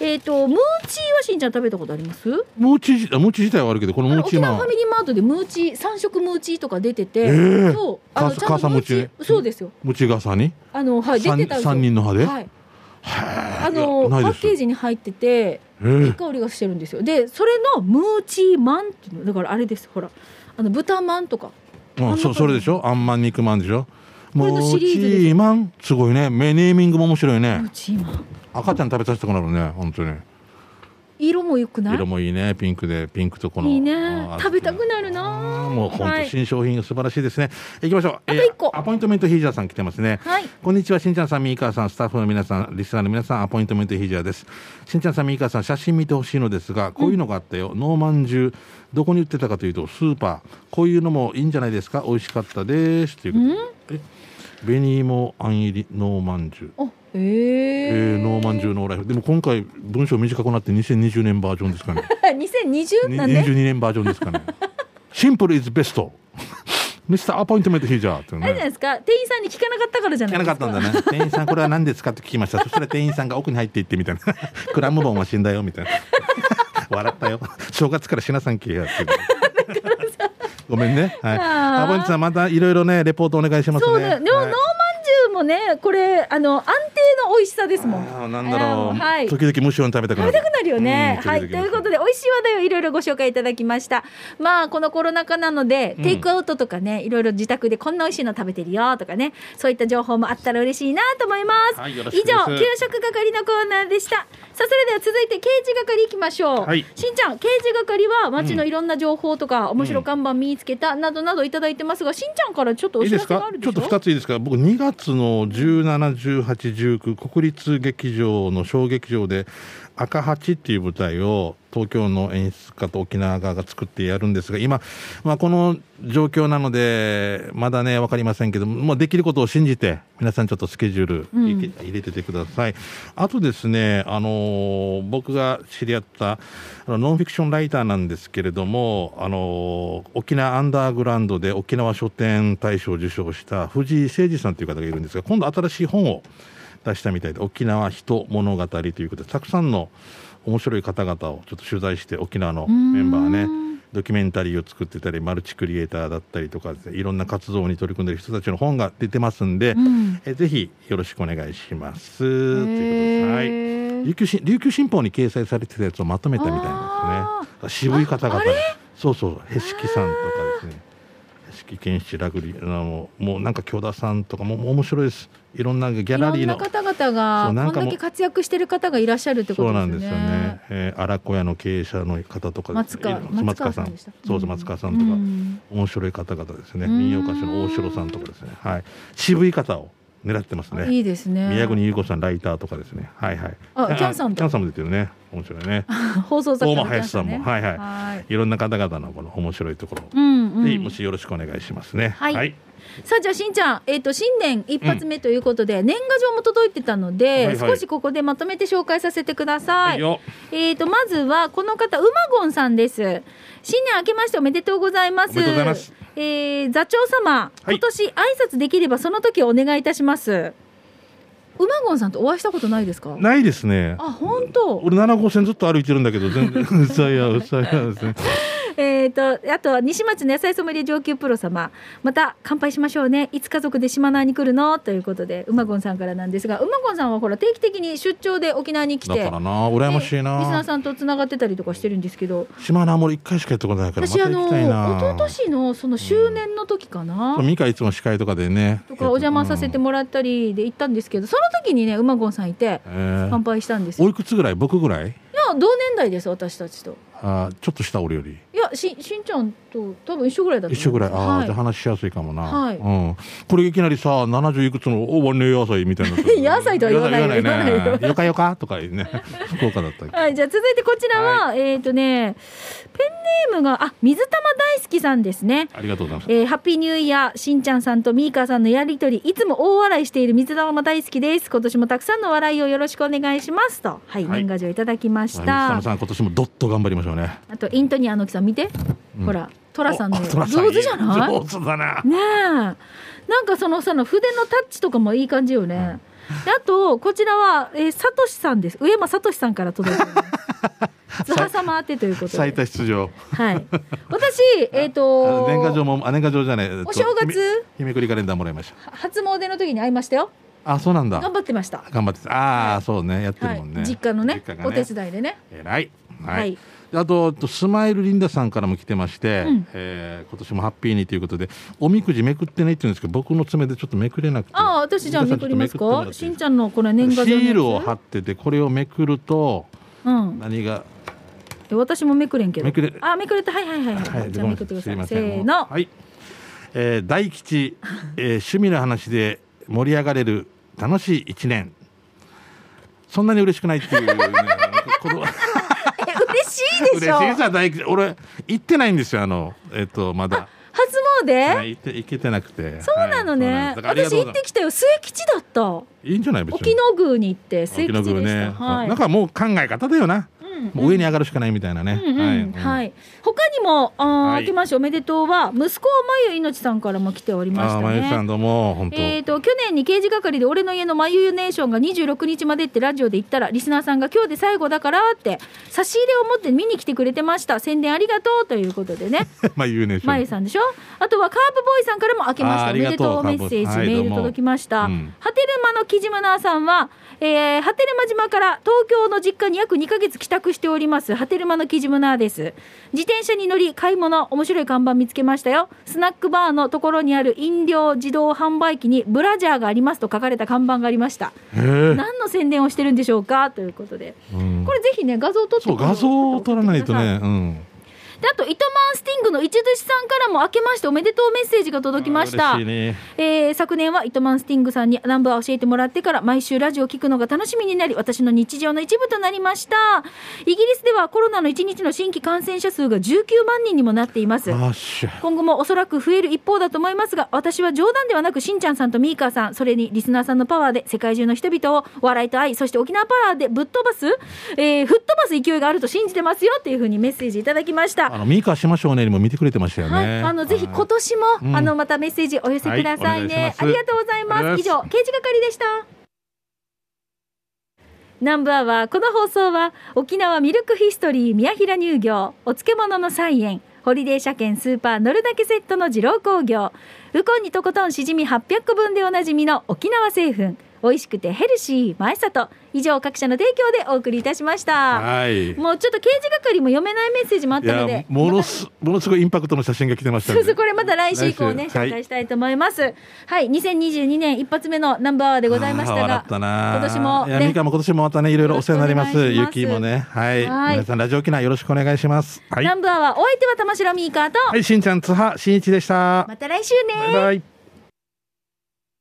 S1: えっ、とムーチーはしんちゃん食べたことあります
S2: ムーチーじ、あムーチー自体はあるけど、この
S1: あ
S2: ム
S1: の
S2: ーチ
S1: 沖
S2: ー
S1: 縄
S2: マ
S1: ファ
S2: ン。
S1: ミリーマートでムーチー三色ムーチーとか出てて、
S2: ええ
S1: そうあの
S2: 母
S1: ちゃんと
S2: 母さん
S1: ム
S2: ム
S1: ー
S2: ー
S1: チ
S2: チ
S1: ー
S2: ー
S1: そうですよ
S2: ムチがさに。
S1: あのはい出
S2: 三
S1: てたんですよ
S2: 三人の歯で。
S1: はい、
S2: は
S1: あのパッケー
S2: ジ。
S1: ジに入ってて
S2: ええ
S1: いい香りがしてるんですよでそれのムーチーマンっていうのだからあれですほらあの豚まんとか
S2: うん、そそれでしょあんまん肉まんでしょ
S1: これ
S2: も
S1: の
S2: う
S1: シ
S2: チ
S1: リーズです
S2: ーマンすごいねメネーミングも面白い
S1: ム
S2: ね
S1: ーチーマン
S2: 赤ちゃん食べさせたくなるね本当に
S1: 色も良くない
S2: 色もいいねピンクでピンクとこの
S1: いいね
S2: あー
S1: 食べたくなるな
S2: あーもう本
S1: は
S2: 当
S1: い
S2: 新商品が素晴らしいですね、い、きましょうあ
S1: と一個
S2: アポイントメントヒージャーさん来てますね
S1: はい
S2: こんにちは、しんちゃんさん、みーかーさん、スタッフの皆さん、リスナーの皆さん、アポイントメントヒージャーです。しんちゃんさん、みーかーさん、写真見てほしいのですが、こういうのがあったよ。ノーマンジュどこに売ってたかというと、スーパー。こういうのもいいんじゃないですか美味しかったです。ということで。え紅芋あん入りノーマンジュ
S1: あえ
S2: え
S1: え
S2: ー、ノーマン ジュノーライフ。でも今回、文章短くなって2020年バージョンですかね。
S1: 2020なんで
S2: 22年バージョンですかね。シンプルイズベスト。ミスターアポイントメントヒージャーっていう
S1: あ
S2: ね
S1: れじゃないですか店員さんに聞かなかったからじゃ
S2: 聞
S1: ないで
S2: かな
S1: す
S2: か
S1: か
S2: ったんだね店員さんこれは何ですかって聞きましたそしたら店員さんが奥に入っていってみたい なクラムボンは死んだよみたいな笑ったよ正月から死なさんけやってごめんねはい
S1: あー
S2: アボンチさんまたいろいろねレポートお願いしますね
S1: そうだよでも、
S2: はい
S1: ノーマンジュもねこれあの安定の美味しさですもん
S2: あーなんだろ
S1: あ
S2: う、
S1: ーはい
S2: 時々無償に食べたくな
S1: 食べ
S2: る
S1: たくなるよね。
S2: うん
S1: はい。と
S2: 時々
S1: いうことで、美味しい話題をいろいろご紹介いただきました。まあ、このコロナ禍なので、
S2: うん
S1: テイクアウトとかね、いろいろ自宅でこんな美味しいの食べてるよとかね、そういった情報もあったら嬉しいなと思います。
S2: はいよろ
S1: 以
S2: しくです
S1: 上、給食係のコーナーでした。さあ、それでは続いて刑事係いきましょう。
S2: はい
S1: しんちゃん、刑事係は街のいろんな情報とか、面白看板見つけたなどなどいただいてますが、しんちゃんからちょっとお
S2: いい
S1: 知
S2: で
S1: ら
S2: す
S1: せが
S2: か
S1: あるで
S2: ち
S1: し
S2: ょ
S1: ょ
S2: っと2ついいですか僕2月の17、18、19国立劇場の小劇場で赤八っていう舞台を東京の演出家と沖縄側が作ってやるんですが今、まあ、この状況なのでまだね分かりませんけども、まあ、できることを信じて皆さんちょっとスケジュール
S1: うん
S2: 入れ入れててください、あとですね、あのー僕が知り合ったあのノンフィクションライターなんですけれども、あのー沖縄アンダーグラウンドで沖縄書店大賞を受賞した藤井誠二さんという方がいるんですが今度新しい本を出したみたいで沖縄人物語ということでたくさんの面白い方々をちょっと取材して沖縄のメンバーねドキュメンタリーを作ってたりマルチクリエイターだったりとかですねいろんな活動に取り組んでる人たちの本が出てますんで、
S1: うん
S2: えぜひよろしくお願いします。
S1: へ
S2: ということで、はい、
S1: ー
S2: 琉球新琉球新報に掲載されてたやつをまとめたみたい
S1: あ
S2: ですね。渋い方々
S1: ああれ、
S2: そうそう、へしきさんとかですね。へしき健一ラグリ、あのもうなんか京田さんとかももう面白いです。いろんなギャラリーの
S1: いろんな方
S2: そう
S1: 々が
S2: なん
S1: こ
S2: か
S1: ん
S2: もう
S1: だけ活躍してる方がいらっしゃるってこ
S2: そ
S1: と
S2: う
S1: で
S2: な
S1: す
S2: ん
S1: よ
S2: ですよ
S1: ね
S2: ね。。えー、荒小屋の経営者の方とかで
S1: 松
S2: すね、
S1: 川
S2: いろんな松川さん、
S1: でした
S2: そうそう松川さんとか、面白い方々ですね。
S1: うーん
S2: 民謡歌手の大城さんとかですね。はい、渋い方を狙ってます
S1: うん
S2: ね。
S1: いいですね。
S2: 宮国優子さんライターとかですねはいはい
S1: あキャンさんと
S2: キャンさんも出てるね面白いね
S1: 放送作
S2: 大
S1: 家
S2: 間
S1: の
S2: 林さんも
S1: 皆
S2: はい
S1: ね
S2: はい
S1: はい。
S2: いろんな方々のこの面白いところを
S1: うんう
S2: ぜひ
S1: ん
S2: も、しよろしくお願いしますね
S1: はい
S2: はい
S1: さあじゃあしんちゃん、えっと新年一発目ということで、年賀状も届いてたので、
S2: はいはい
S1: 少しここでまとめて紹介させてくださ
S2: はいい、よ
S1: えっ、と、まずは、この方、うまごんさんです。新年明けましておめでとうございます。
S2: おめでとうございます
S1: えー座長様、
S2: はい
S1: 今年挨拶できればその時お願いいたします。うまごんさんとお会いしたことないですか
S2: ないですね
S1: あ、本当。
S2: 俺7号線ずっと歩いてるんだけど 全然うさやうさやですね
S1: えっ、と、あとは西町の野菜ソムリエ上級プロ様。また、乾杯しましょうね。いつ家族で島内に来るのということで、うまごんさんからなんですが、うまごんさんはほら、定期的に出張で沖縄に来
S2: だ
S1: て、
S2: からな羨ましい
S1: でリスナー
S2: な
S1: さんとつながってたりとかしてるんですけど、
S2: 島なも一回しかやったことないからまた
S1: 私あ
S2: 行
S1: の
S2: きたい
S1: 一昨
S2: な
S1: 年のその周年の時かな、
S2: そうミカいつも司会とかでね
S1: とかお邪魔させてもらったりで行ったんですけどその時にね馬ゴンさんいて
S2: うんえ
S1: 乾
S2: ー
S1: 杯したんですよ
S2: おいくつぐらい僕ぐら
S1: い
S2: い
S1: や同年代です私たちと
S2: あーちょっと下俺より
S1: いやししんちゃんと多分一緒ぐらいだった
S2: 一緒ぐらい、ああ、
S1: は
S2: じゃあ話しやすいかもな。
S1: はい
S2: うん。これいきなりさ、70いくつの、おお、ね野菜みたいな。
S1: 野菜とは言わないよ
S2: 言わ
S1: 言わないよ
S2: ね。よかよかとか言うね。福岡だったっけ
S1: はい、じゃあ続いてこちらは、えっ、とねペンネームがあ水玉大好きさんですね
S2: ありがとうございます。
S1: えーハッピーニューイヤー、しんちゃんさんとミーカーさんのやりとり、いつも大笑いしている水玉大好きです。今年もたくさんの笑いをよろしくお願いしますと、はい、
S2: はい
S1: 年賀状いただきまし
S2: 水
S1: た。
S2: 野さん、今年もどっと頑張りましょうね。
S1: あと、イントニアの木さん見て、
S2: うん
S1: ほら、トラさんの
S2: おあ
S1: 上手じゃない
S2: 上手だな。
S1: ねえ。なんかそのさ、筆のタッチとかもいい感じよね。であとこちらは、えー、さとしさんです上間さとしさんから届いており ますズハ様宛てということ
S2: 最
S1: で
S2: 多出場
S1: はい私えっ、
S2: あ
S1: と
S2: の年賀状もあ年賀状じゃないお
S1: お正月
S2: 日めくりカレンダーもらいました
S1: 初詣の時に会いましたよ
S2: あそうなんだ
S1: 頑張ってました
S2: 頑張ってああそうねやってるもん
S1: は
S2: ね
S1: い、実家のね
S2: 実が
S1: お手伝いでね
S2: 偉いはい、
S1: はい
S2: あとあとスマイルリンダさんからも来てまして、
S1: うん
S2: えー今年もハッピーにということでおみくじめくってないって言うんですけど僕の爪でちょっとめくれなくて
S1: ああ私じゃあめくります
S2: リンダさんちょっとめくってもら
S1: か
S2: って
S1: しんちゃんのこれ年賀状の
S2: シ
S1: やつ
S2: ールを貼っててこれをめくると
S1: うん
S2: 何が、
S1: で私もめくれんけど
S2: めくれ
S1: あめくれたはいはいはいはい、
S2: はい
S1: じゃあめくってくだ
S2: す
S1: さ
S2: い
S1: い
S2: ま
S1: せ
S2: せん
S1: ーの、
S2: はいえー大吉、えー趣味の話で盛り上がれる楽しい一年そんなに嬉しくないっていう、ね、この
S1: え嬉しいでしょ
S2: 嬉しいさ大吉俺行ってないんですよあのえっ、とまだ
S1: 初詣、
S2: はい行って行けてなくて
S1: そうなのね
S2: はい、そうなんですだからありが
S1: 私
S2: とう
S1: 行っ
S2: ございま
S1: てきたよ末吉だった
S2: すいいんじゃない別に
S1: 沖野宮に行って末
S2: 沖
S1: 吉で
S2: 縄
S1: した、
S2: 軍ね、
S1: はい
S2: なんかもう考え方だよな、
S1: うん
S2: もう上に上がるしかないみたいなね、、
S1: うんうんうんはいい、他にも、あー
S2: はい
S1: 明けましておめでとうは、息子まゆいのちさんからも来ておりまし
S2: あ
S1: た
S2: あまゆさ
S1: ね
S2: ん。どうも本当、
S1: えー、と去年に刑事係で俺の家のまゆゆネーションが26日までってラジオで言ったらリスナーさんが今日で最後だからって差し入れを持って見に来てくれてました宣伝ありがとうということでね
S2: まゆね
S1: まゆさんでしょあとはカープボーイさんからも明けまし
S2: あー
S1: た
S2: あ
S1: お
S2: り
S1: め
S2: が
S1: で
S2: とう
S1: とうメッセージ、
S2: カープはい
S1: メール
S2: どうも
S1: 届きました、
S2: うん
S1: 波照間の木島なさんは、えー、波照間島から東京の実家に約2ヶ月帰宅しております波照間の木島なです自転車に乗り買い物面白い看板見つけましたよスナックバーのところにある飲料自動販売機にブラジャーがありますと書かれた看板がありま した
S2: へえ
S1: 何の宣伝をしてるんでしょうかということで
S2: うん
S1: これぜひね画像を撮って
S2: そう画像を撮らないと
S1: 送ってくださ
S2: ね、うん、
S1: であと糸満スティングの一寿司さんからも明けましておめでとうメッセージが届きました
S2: あー嬉しいね
S1: えー昨年は糸満スティングさんにナンバーを教えてもらってから毎週ラジオを聞くのが楽しみになり私の日常の一部となりましたイギリスではコロナの1日の新規感染者数が19万人にもなっています
S2: あっしゃ
S1: 今後もおそらく増える一方だと思いますが私は冗談ではなくしんちゃんさんとミーカーさんそれにリスナーさんのパワーで世界中の人々を笑いと愛そして沖縄パワーでぶっ飛ばす、えー吹っ飛ばす勢いがあると信じてますよっていうふうにメッセージいただきました
S2: あのミーカーしましょうねにも見てくれてましたよね、
S1: はい、あのぜひ今年も、
S2: うん
S1: あのまたメッセージお寄せくださいね、
S2: はいお願いします
S1: ありがとうございます
S2: ありがとうございます
S1: 以上刑事係でした南部アワーこの放送は沖縄ミルクヒストリー宮平乳業お漬物の菜園ホリデー車検スーパー乗るだけセットの二郎工業ウコンにとことんしじみ800個分でおなじみの沖縄製粉美味しくてヘルシー前里以上各社の提供でお送りいたしました
S2: はい
S1: もうちょっと刑事係も読めないメッセージもあっ
S2: い
S1: たの
S2: や
S1: で
S2: ものすものすごいインパクトの写真が来てましたん
S1: そう
S2: で
S1: そう、これまた来週以降ね、
S2: 来週は
S1: 紹
S2: い
S1: 介したいと思います。はい、2022年一発目のナンバーワーでございました
S2: あー笑
S1: が
S2: っ。たな
S1: 今年もね
S2: いやミカも今年もまたねいろいろお世話になります
S1: よろしくお願いします
S2: 雪もねはい
S1: はい
S2: 皆さんラジオ機内よろしくお願いしますはい
S1: ナンバーワー、お相手は玉城ミーカーと、
S2: はいしんちゃんつはしんいちでした
S1: また来週ね
S2: バイバイ